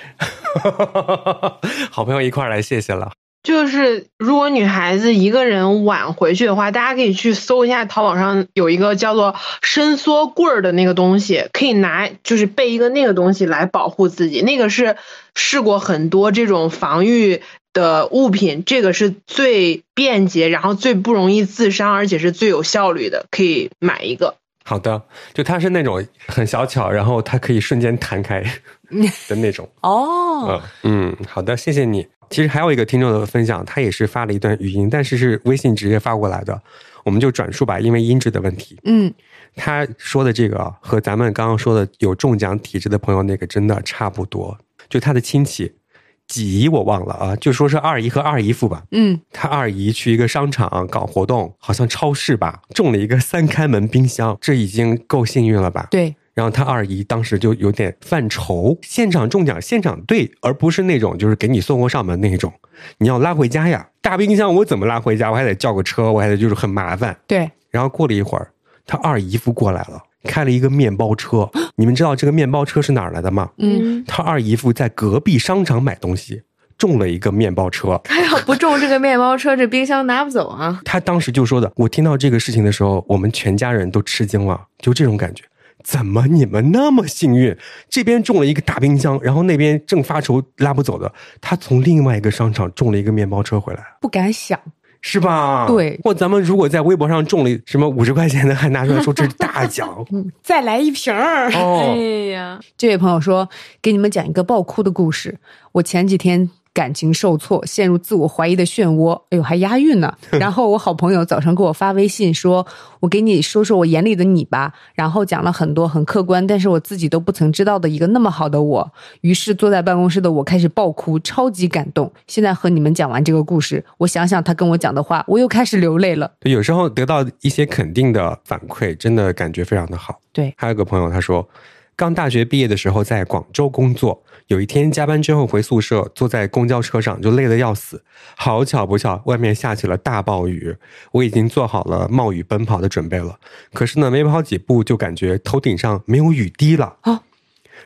A: 好朋友一块儿来谢谢了。
G: 就是如果女孩子一个人晚回去的话，大家可以去搜一下淘宝上有一个叫做伸缩棍儿的那个东西，可以拿就是备一个那个东西来保护自己。那个是试过很多这种防御的物品，这个是最便捷，然后最不容易自伤，而且是最有效率的，可以买一个。
A: 好的，就它是那种很小巧，然后它可以瞬间弹开 [laughs] 的那种。
B: 哦，
A: 嗯嗯，好的，谢谢你。其实还有一个听众的分享，他也是发了一段语音，但是是微信直接发过来的，我们就转述吧，因为音质的问题。
B: 嗯，
A: 他说的这个啊和咱们刚刚说的有中奖体质的朋友那个真的差不多，就他的亲戚几姨我忘了啊，就说是二姨和二姨夫吧，
B: 嗯，
A: 他二姨去一个商场搞活动，好像超市吧，中了一个三开门冰箱，这已经够幸运了吧？
B: 对，
A: 然后他二姨当时就有点犯愁，现场中奖现场兑，而不是那种就是给你送货上门那一种，你要拉回家呀。大冰箱我怎么拉回家？我还得叫个车，我还得就是很麻烦。
B: 对，
A: 然后过了一会儿，他二姨夫过来了，开了一个面包车。你们知道这个面包车是哪儿来的吗？
B: 嗯，
A: 他二姨夫在隔壁商场买东西，中了一个面包车。
C: [laughs] 他要不中这个面包车，这冰箱拿不走啊！
A: 他当时就说的，我听到这个事情的时候，我们全家人都吃惊了，就这种感觉。怎么你们那么幸运？这边中了一个大冰箱，然后那边正发愁拉不走的，他从另外一个商场中了一个面包车回来，
B: 不敢想，
A: 是吧？
B: 对
A: 或咱们如果在微博上中了什么五十块钱的，还拿出来说这是大奖
B: 嗯，再来一瓶儿。
C: [laughs] 哎
A: 哦。
C: 呀，
B: 这位朋友说，给你们讲一个爆哭的故事。我前几天感情受挫，陷入自我怀疑的漩涡，哎呦，还押
A: [laughs]
B: 韵呢。然后我好朋友早上给我发微信说，我给你说说我眼里的你吧。然后讲了很多很客观，但是我自己都不曾知道的一个那么好的我。于是坐在办公室的我开始爆哭，超级感动。现在和你们讲完这个故事，我想想他跟我讲的话，我又开始流泪了。
A: 对，有时候得到一些肯定的反馈，真的感觉非常的好。
B: 对
A: 还有个朋友他说，刚大学毕业的时候在广州工作，有一天加班之后回宿舍，坐在公交车上就累得要死。好巧不巧，外面下起了大暴雨，我已经做好了冒雨奔跑的准备了。可是呢，没跑几步就感觉头顶上没有雨滴了。
B: 啊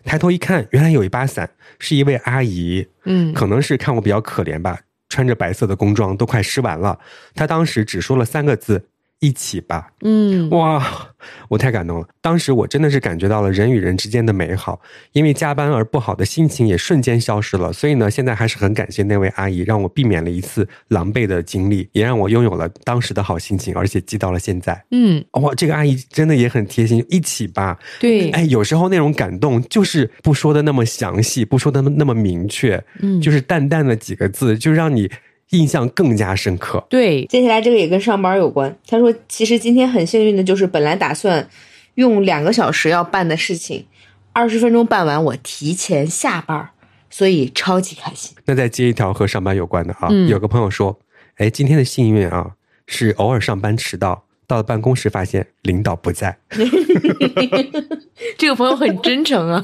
A: 抬头一看，原来有一把伞，是一位阿姨。
B: 嗯
A: 可能是看我比较可怜吧，穿着白色的工装都快湿完了。他当时只说了三个字：“一起吧。”
B: 嗯，
A: 哇，我太感动了！当时我真的是感觉到了人与人之间的美好，因为加班而不好的心情也瞬间消失了。所以呢，现在还是很感谢那位阿姨，让我避免了一次狼狈的经历，也让我拥有了当时的好心情，而且记到了现在。
B: 嗯，
A: 哇，这个阿姨真的也很贴心，一起吧。
B: 对，
A: 哎，有时候那种感动就是不说的那么详细，不说的那么明确，
B: 嗯，
A: 就是是淡淡的几个字，就让你印象更加深刻。
B: 对，
C: 接下来这个也跟上班有关。他说，其实今天很幸运的就是，本来打算用两个小时要办的事情，二十分钟办完，我提前下班儿，所以超级开心。
A: 那再接一条和上班有关的啊，
B: 嗯
A: 有个朋友说，哎，今天的幸运啊，是偶尔上班迟到，到了办公室发现领导不在。 [laughs]
C: 这个朋友很真诚 [laughs] 啊，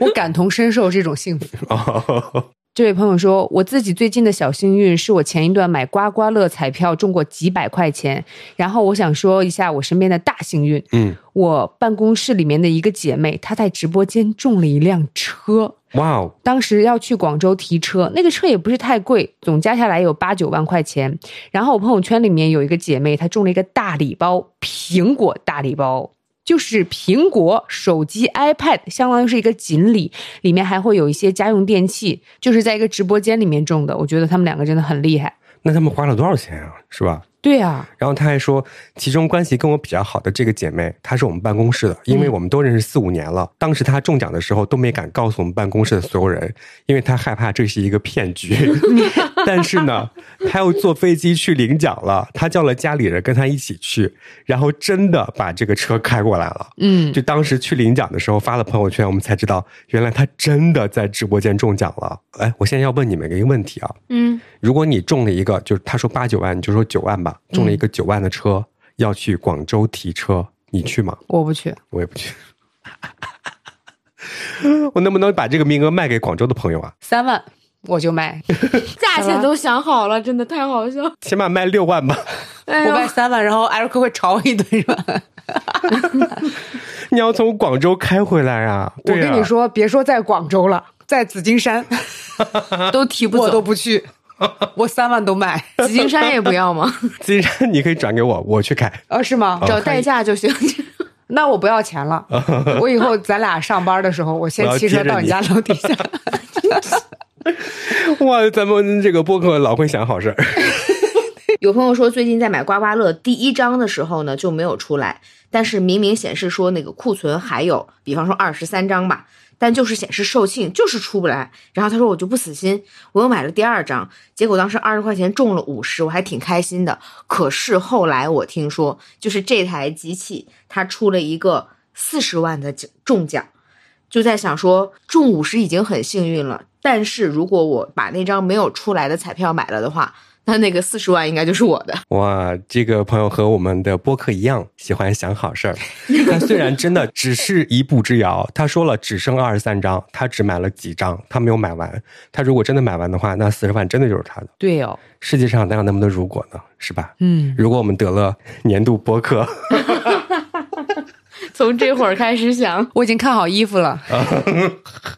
B: 我感同身受这种幸福。
A: 哦，
B: 这位朋友说，我自己最近的小幸运是我前一段买刮刮乐彩票中过几百块钱，然后我想说一下我身边的大幸运。
A: 嗯，
B: 我办公室里面的一个姐妹，她在直播间中了一辆车，
A: 哇哦，
B: 当时要去广州提车，那个车也不是太贵，总加下来有八九万块钱。然后我朋友圈里面有一个姐妹，她中了一个大礼包，苹果大礼包。就是苹果手机、iPad，相当于是一个锦鲤，里面还会有一些家用电器，就是在一个直播间里面中的。我觉得他们两个真的很厉害。
A: 那他们花了多少钱啊？是吧？
B: 对啊，
A: 然后他还说，其中关系跟我比较好的这个姐妹，她是我们办公室的，因为我们都认识四五年了。当时她中奖的时候都没敢告诉我们办公室的所有人，因为她害怕这是一个骗局。但是呢，她又坐飞机去领奖了，她叫了家里人跟她一起去，然后真的把这个车开过来了。
B: 嗯，
A: 就当时去领奖的时候发了朋友圈，我们才知道原来她真的在直播间中奖了。哎，我现在要问你们一个问题啊，
C: 嗯，
A: 如果你中了一个，就是他说八九万，你就说九万吧，中了一个九万的车，要去广州提车，你去吗？
B: 我不去，
A: 我也不去。 [laughs] 我能不能把这个名额卖给广州的朋友啊？
B: 三万我就卖，
C: 价钱都想好了，真的太好笑。
A: 起码卖六万吧。 [laughs]
C: 哎
B: 我
C: 呦
B: 卖三万，然后艾瑞克会吵我一顿是吧？
A: 你要从广州开回来啊？
B: 我
A: 对啊
B: 跟你，说，别说在广州了，在紫金山
C: 都提不
B: 我都
C: 走，
B: 不去，我三万
A: [laughs]
B: 都卖。
C: 紫金山也不要 [laughs] 吗？
A: [laughs] 既然你可以转给我，我去开。
B: 呃、是吗？
A: 哦
C: 找代驾就行。
B: 那我不要钱
A: [laughs]
B: 了，我以后咱俩上班的时候，我
A: 我
B: 先
A: 要
B: 骑车
A: 接着
B: 到你
A: 你
B: 家楼底下。
A: 哇，咱们这个播客老会想好事儿。
C: 有朋友说最近在买刮刮乐，第一张的时候呢就没有出来，但是明明显示说那个库存还有，比方说二十三张吧，但就是显示售罄，就是出不来。然后他说我就不死心，我又买了第二张，结果当时二十块钱中了五十，我还挺开心的。可是后来我听说，就是这台机器它出了一个四十万的奖中奖，就在想说中五十已经很幸运了，但是如果我把那张没有出来的彩票买了的话。那那个四十万应该就是我的，
A: 哇，这个朋友和我们的播客一样，喜欢想好事儿。 [laughs] 他虽然真的只是一步之遥，他说了只剩二十三张，他只买了几张，他没有买完。他如果真的买完的话，那四十万真的就是他的。
B: 对哦，
A: 世界上哪有那么多如果呢？是吧？
B: 嗯，
A: 如果我们得了年度播客， [laughs]
C: 从这会儿开始想，
B: [laughs] 我已经看好衣
A: [laughs]
B: 服了，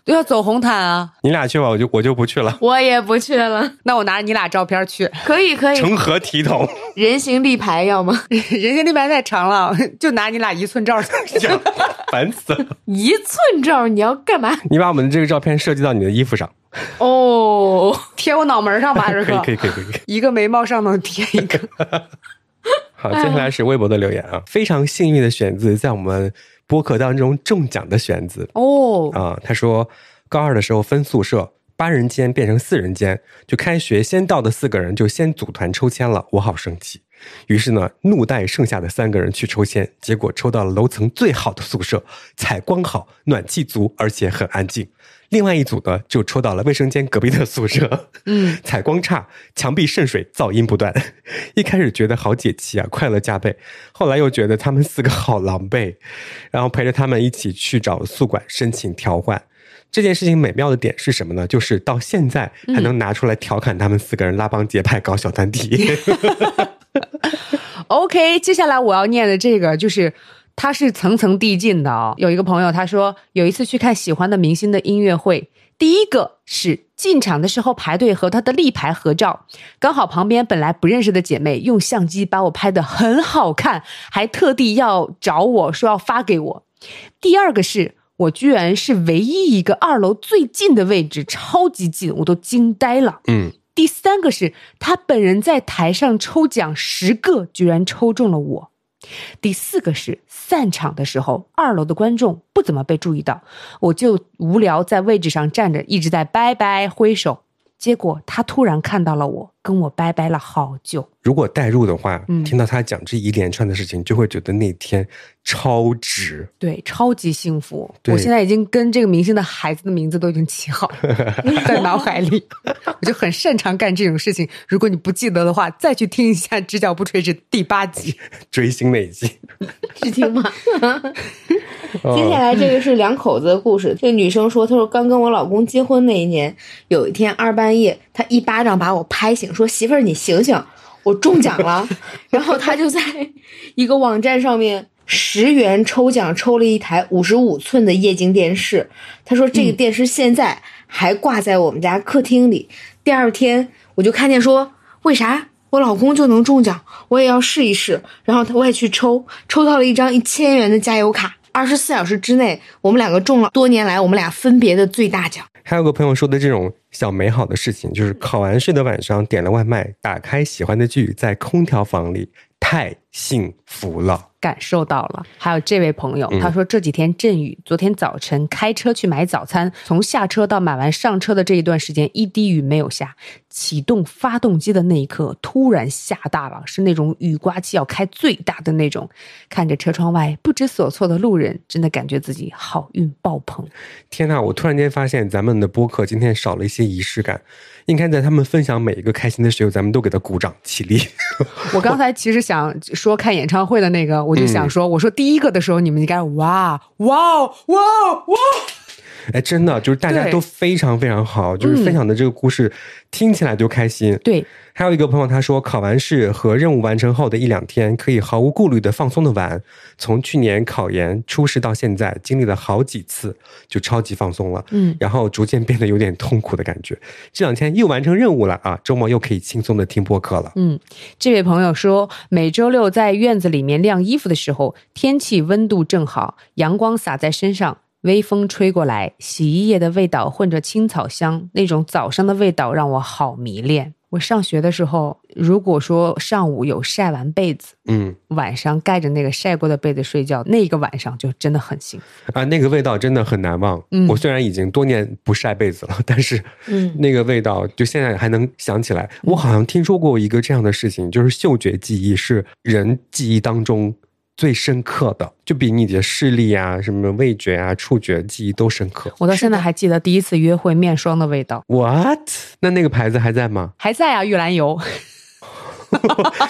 B: 都要走红毯啊，
A: 你俩去吧，我就我就不去了，
C: 我也不去了。
B: 那我拿着你俩照片去，
C: 可以可以，
A: 成何体统？ [laughs]
C: 人形立牌要吗？ [laughs]
B: 人家那边太长了， [laughs] 就拿你俩一寸照。
A: 呀烦死了！
C: 一寸照你要干嘛？
A: 你把我们这个照片设计到你的衣服上，
B: 哦， [laughs] 贴我脑门上吧，
A: [laughs] 可
B: 二
A: 以
B: 哥，
A: 可以可以可以。
B: 一个眉毛上头贴一个。
A: [laughs] 好，接下来是微博的留言啊，非常幸运的选自在我们播客当中中奖的选自
B: 哦，
A: 啊，他说高二的时候分宿舍，八人间变成四人间，就开学先到的四个人就先组团抽签了，我好生气。于是呢，怒带剩下的三个人去抽签，结果抽到了楼层最好的宿舍，采光好，暖气足，而且很安静。另外一组呢，就抽到了卫生间隔壁的宿舍，
B: 嗯，
A: 采光差，墙壁渗水，噪音不断。 [laughs] 一开始觉得好解气啊，快乐加倍，后来又觉得他们四个好狼狈，然后陪着他们一起去找宿管申请调换。这件事情美妙的点是什么呢？就是到现在还能拿出来调侃他们四个人拉帮结派搞小团体。
B: OK，接下来我要念的这个就是。它是层层递进的啊、有一个朋友他说，有一次去看喜欢的明星的音乐会，第一个是进场的时候排队和他的立牌合照，刚好旁边本来不认识的姐妹用相机把我拍的很好看，还特地要找我说要发给我。第二个是我居然是唯一一个二楼最近的位置，超级近，我都惊呆了。
A: [laughs] 嗯，
B: 第三个是他本人在台上抽奖十个，居然抽中了我。第四个是散场的时候，二楼的观众不怎么被注意到，我就无聊在位置上站着，一直在拜拜挥手。结果他突然看到了我，跟我拜拜了好久。
A: 如果代入的话，
B: 嗯
A: 听到他讲这一连串的事情，就会觉得那天超值。
B: 对，超级幸福。
A: 对
B: 我现在已经跟这个明星的孩子的名字都已经起好了，在脑海里，我就很擅长干这种事情。如果你不记得的话，再去听一下《只脚不垂直》第八集。
A: 追星那一 [laughs] 季，
C: 是听吗？接下
A: 哦、
C: 来这个是两口子的故事。这女生说，她说刚跟我老公结婚那一年，有一天二半夜，他一巴掌把我拍醒，说媳妇儿你醒醒，我中奖了。然后他就在一个网站上面十元抽奖抽了一台五十五寸的液晶电视。他说这个电视现在还挂在我们家客厅里。第二天我就看见说，为啥我老公就能中奖，我也要试一试。然后他我也去抽，抽到了一张一千元的加油卡。二十四小时之内，我们两个中了多年来我们俩分别的最大奖。
A: 还有个朋友说的这种小美好的事情，就是考完试的晚上点了外卖，打开喜欢的剧，在空调房里，太幸福了。
B: 感受到了。还有这位朋友
A: 嗯，
B: 他说这几天阵雨，昨天早晨开车去买早餐，从下车到买完上车的这一段时间，一滴雨没有下。启动发动机的那一刻，突然下大了，是那种雨刮器要开最大的那种。看着车窗外不知所措的路人，真的感觉自己好运爆棚。
A: 天呐，我突然间发现咱们的播客今天少了一些仪式感，应该在他们分享每一个开心的时候，咱们都给他鼓掌起立。 [laughs]
B: 我刚才其实想说看演唱会的那个，我就想说，我说第一个的时候，你们应该哇哇哦哇哦哇哦
A: 哎，真的就是大家
B: 对嗯
A: 都非常非常好，就是分享的这个故事、听起来就开心。
B: 对，
A: 还有一个朋友他说，考完试和任务完成后的一两天，可以毫无顾虑的放松的玩。从去年考研初试到现在，经历了好几次，就超级放松了。
B: 嗯
A: 然后逐渐变得有点痛苦的感觉。这两天又完成任务了啊，周末又可以轻松的听播客了。
B: 嗯，这位朋友说，每周六在院子里面晾衣服的时候，天气温度正好，阳光洒在身上，微风吹过来，洗衣液的味道混着青草香，那种早上的味道让我好迷恋。我上学的时候，如果说上午有晒完被子，
A: 嗯
B: 晚上盖着那个晒过的被子睡觉，那个晚上就真的很幸福。
A: 啊，那个味道真的很难忘。
B: 嗯
A: 我虽然已经多年不晒被子了，但是
C: 嗯，
A: 那个味道就现在还能想起来。我好像听说过一个这样的事情，就是嗅觉记忆是人记忆当中最深刻的，就比你的视力啊、什么味觉啊、触觉记忆都深刻。
B: 我到现在还记得第一次约会面霜的味道，
A: What？那那个牌子还在吗？ [laughs]
B: 还在啊，玉兰油。 [laughs]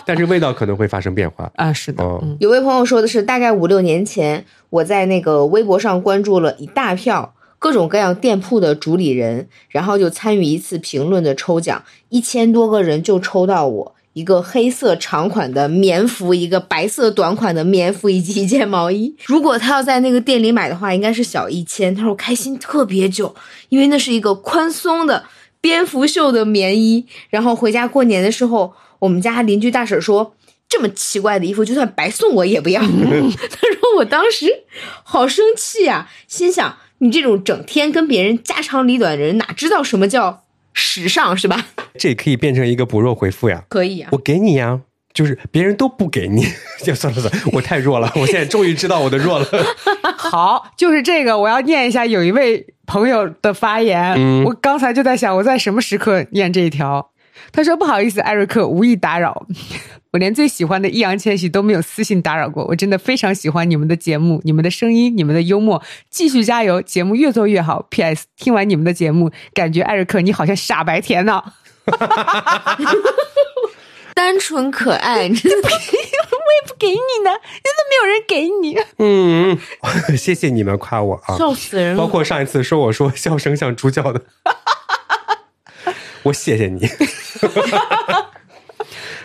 A: 但是味道可能会发生变化。
B: 啊，是的，
A: 哦
B: 嗯，
C: 有位朋友说的是，大概五六年前，我在那个微博上关注了一大票各种各样店铺的主理人，然后就参与一次评论的抽奖，一千多个人就抽到我。一个黑色长款的棉服，一个白色短款的棉服，以及一件毛衣。如果他要在那个店里买的话，应该是小一千。他说我开心特别久，因为那是一个宽松的蝙蝠袖的棉衣。然后回家过年的时候，我们家邻居大婶说：“这么奇怪的衣服，就算白送我
B: [laughs]
C: 也不要。”她说我当时好生气呀、心想你这种整天跟别人家长里短的人，哪知道什么叫时尚
B: [laughs]
C: 是吧？
A: 这也可以变成一个不弱回复呀。
C: 可以啊，
A: 我给你呀，就是别人都不给你。 [laughs] 就算了算了，我太弱了，我现在终于知道我的弱了。
B: [laughs] 好，就是这个，我要念一下有一位朋友的发言。
A: 嗯
B: 我刚才就在想，我在什么时刻念这一条？他说：“不好意思，艾瑞克，无意打扰。 [laughs] 我连最喜欢的易烊千玺都没有私信打扰过。我真的非常喜欢你们的节目，你们的声音，你们的幽默，继续加油，节目越做越好。P.S. 听完你们的节目，感觉艾瑞克你好像傻白甜呢、
C: 单纯可
B: [laughs]
C: 爱，
B: 不 [laughs] 给你呢，真的没有人给你。
A: 嗯， [laughs] 谢谢你们夸我啊。
C: 笑死人
A: 包
C: 了。
A: 括上一次说我说笑声像猪
C: [laughs]
A: 叫的，我谢谢你。 [laughs]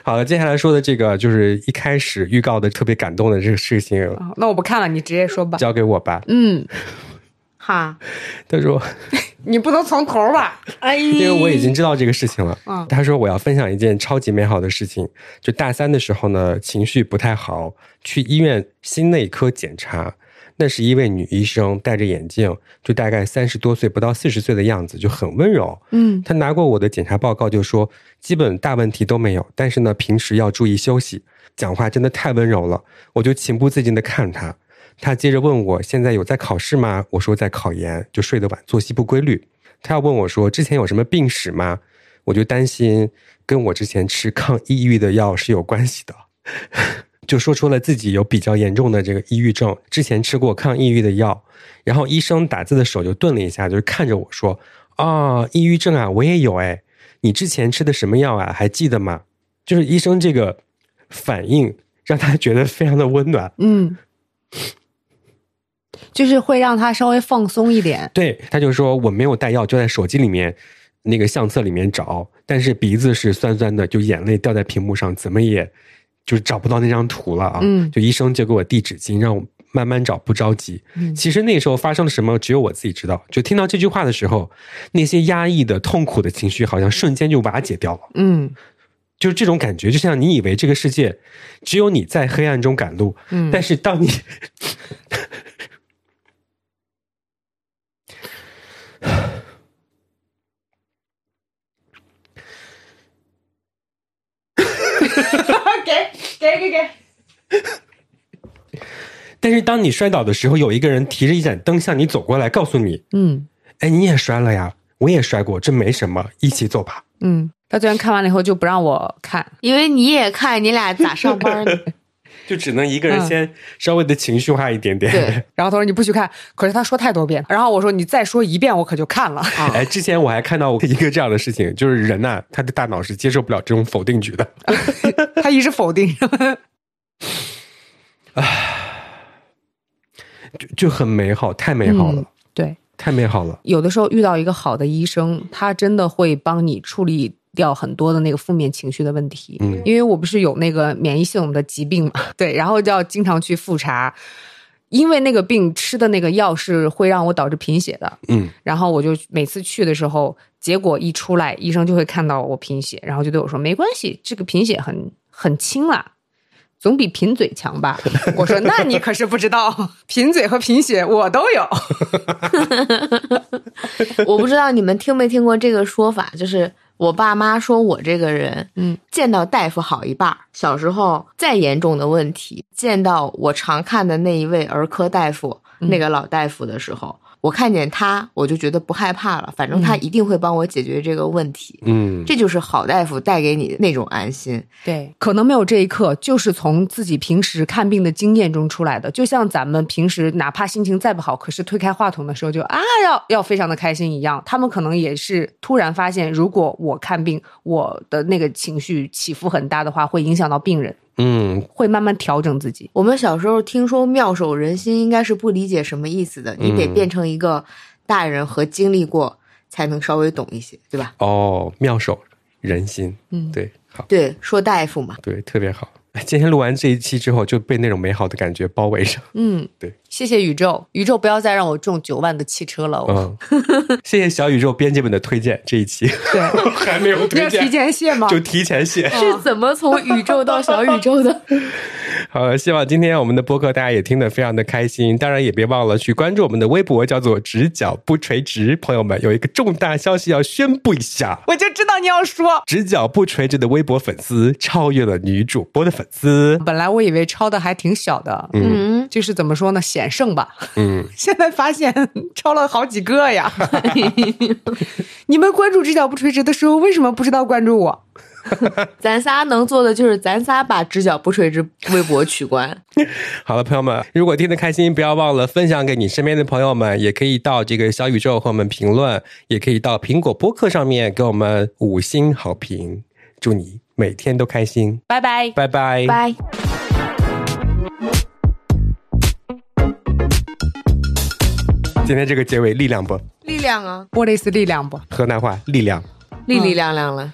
A: 好了，接下来说的这个就是一开始预告的特别感动的这个事情，
B: 啊那我不看了，你直接说吧。
A: 交给我吧。
B: [laughs] 嗯，
C: 哈，
A: 他说，
B: 你不能从头吧？
C: 哎，
A: 因为我已经知道这个事情了。
B: 嗯
A: 他说我要分享一件超级美好的事情，就大三的时候呢，情绪不太好，去医院心内科检查。那是一位女医生，戴着眼镜，就大概三十多岁，不到四十岁的样子，就很温柔。
B: 嗯
A: 他拿过我的检查报告，就说基本大问题都没有，但是呢，平时要注意休息。讲话真的太温柔了，我就情不自禁的看他。他接着问我现在有在考试吗？我说在考研，就睡得晚，作息不规律。他要问我说之前有什么病史吗？我就担心跟我之前吃抗抑郁的药是有关系的。 [laughs] 就说出了自己有比较严重的这个抑郁症，之前吃过抗抑郁的药，然后医生打字的手就顿了一下，就是看着我说：“啊、抑郁症啊，我也有哎，你之前吃的什么药啊？还记得吗？”就是医生这个反应让他觉得非常的温暖，
B: 嗯，就是会让他稍微放松一点。
A: 对，他就说我没有带药，就在手机里面那个相册里面找，但是鼻子是酸酸的，就眼泪掉在屏幕上，怎么也就是找不到那张图了啊！
B: 嗯
A: 就医生就给我递纸巾，让我慢慢找，不着急。
B: 嗯
A: 其实那时候发生了什么，只有我自己知道。就听到这句话的时候，那些压抑的、痛苦的情绪好像瞬间就瓦解掉了。
B: 嗯
A: 就是这种感觉，就像你以为这个世界只有你在黑暗中赶路，
B: 嗯，
A: 但是当你，
B: [laughs] 给给给给，
A: [laughs] 但是当你摔倒的时候，有一个人提着一盏灯向你走过来，告诉你
B: 嗯
A: 哎，你也摔了呀，我也摔过，这没什么，一起走吧。
B: 嗯，他昨天看完了以后就不让我看。
C: 因为你也看你俩咋上班的，
A: 就只能一个人
B: 嗯
A: 先稍微的情绪化一点点。 [laughs]
C: 对
B: [laughs] 然后他说你不许看，可是他说太多遍。然后我说你再说一遍，我可就看了。
C: 啊，
A: 哎，之前我还看到一个这样的事情，就是人呐、他的大脑是接受不了这种否定句的。
B: [laughs]
A: [laughs]
B: 他一直否定。
A: 就就很美好，太美好了，
B: 嗯对，
A: 太美好了。
B: [laughs] 有的时候遇到一个好的医生，他真的会帮你处理掉很多的那个负面情绪的问题。
A: 嗯
B: 因为我不是有那个免疫系统的疾 [laughs] 病嘛，对，然后就要经常去复查，因为那个病吃的那个药是会让我导致贫血的，
A: 嗯，
B: 然后我就每次去的时候，结果一出来，医生就会看到我贫血，然后就对我说没关系，这个贫血很很轻啦。总比贫嘴强吧？ [laughs] 我说那你可是不知道，贫嘴和贫血我都有。 [laughs]
C: 我不知道你们听没听过这个说法，就是我爸妈说我这个人，
B: 嗯，
C: 见到大夫好一半儿。小时候再严重的问题，见到我常看的那一位儿科大夫，
B: 嗯
C: 那个老大夫的时候，我看见他，我就觉得不害怕了，反正他一定会帮我解决这个问题。
A: 嗯，
C: 这就是好大夫带给你的那种安心。
B: 对，可能没有这一刻，就是从自己平时看病的经验中出来的。就像咱们平时哪怕心情再不好，可是推开话筒的时候就啊要要非常的开心一样，他们可能也是突然发现，如果我看病，我的那个情绪起伏很大的话，会影响到病人，
A: 嗯，
B: 会慢慢调整自己。
C: 我们小时候听说“妙手仁心”，应该是不理解什么意思的。你得
A: 嗯
C: 变成一个大人和经历过，才能稍微懂一些，对吧？
A: 哦，妙手仁心，
B: 嗯，
A: 对，好，
C: 对，说大夫嘛，
A: 对，特别好。哎今天录完这一期之后，就被那种美好的感觉包围着。
B: 嗯，
A: 对，
B: 谢谢宇宙，宇宙不要再让我中九万的汽车了。我
A: 嗯，谢谢小宇宙编辑们的推荐，这一期
B: 对，
A: [laughs] 还没有推
B: 要提
A: 荐，
B: 前谢吗？
A: 就提前写。
C: [laughs] 是怎么从宇宙到小宇宙 [laughs] 的？
A: 好，希望今天我们的播客大家也听得非常的开心，当然也别忘了去关注我们的微博，叫做“直角不垂直”。朋友们，有一个重大消息要宣布一下。
B: 我就知道你要说。
A: 直角不垂直的微博粉丝超越了女主播的粉丝，
B: 本来我以为抄的还挺小的，
A: 嗯
C: 嗯，
B: 就是怎么说呢，险胜吧。
A: 嗯，
B: [laughs] 现在发现抄了好几个 [laughs] 呀！你们关注直角不垂直的时候，为什么不知道关注我？
C: 咱仨能做的就是咱仨把直角不垂直微博取关。
A: 好了，朋友们，如果听得开心，不要忘了分享给你身边的朋友们，也可以到这个小宇宙和我们评论，也可以到苹果播客上面给我们五星好评。祝你每天都开心，
B: 拜拜。
A: 拜拜。
C: 拜。
A: 今天这个结尾力量不？
C: 力量啊，
B: What is 力量不？
C: 嗯
A: 河南话力量。
C: 力力量量了。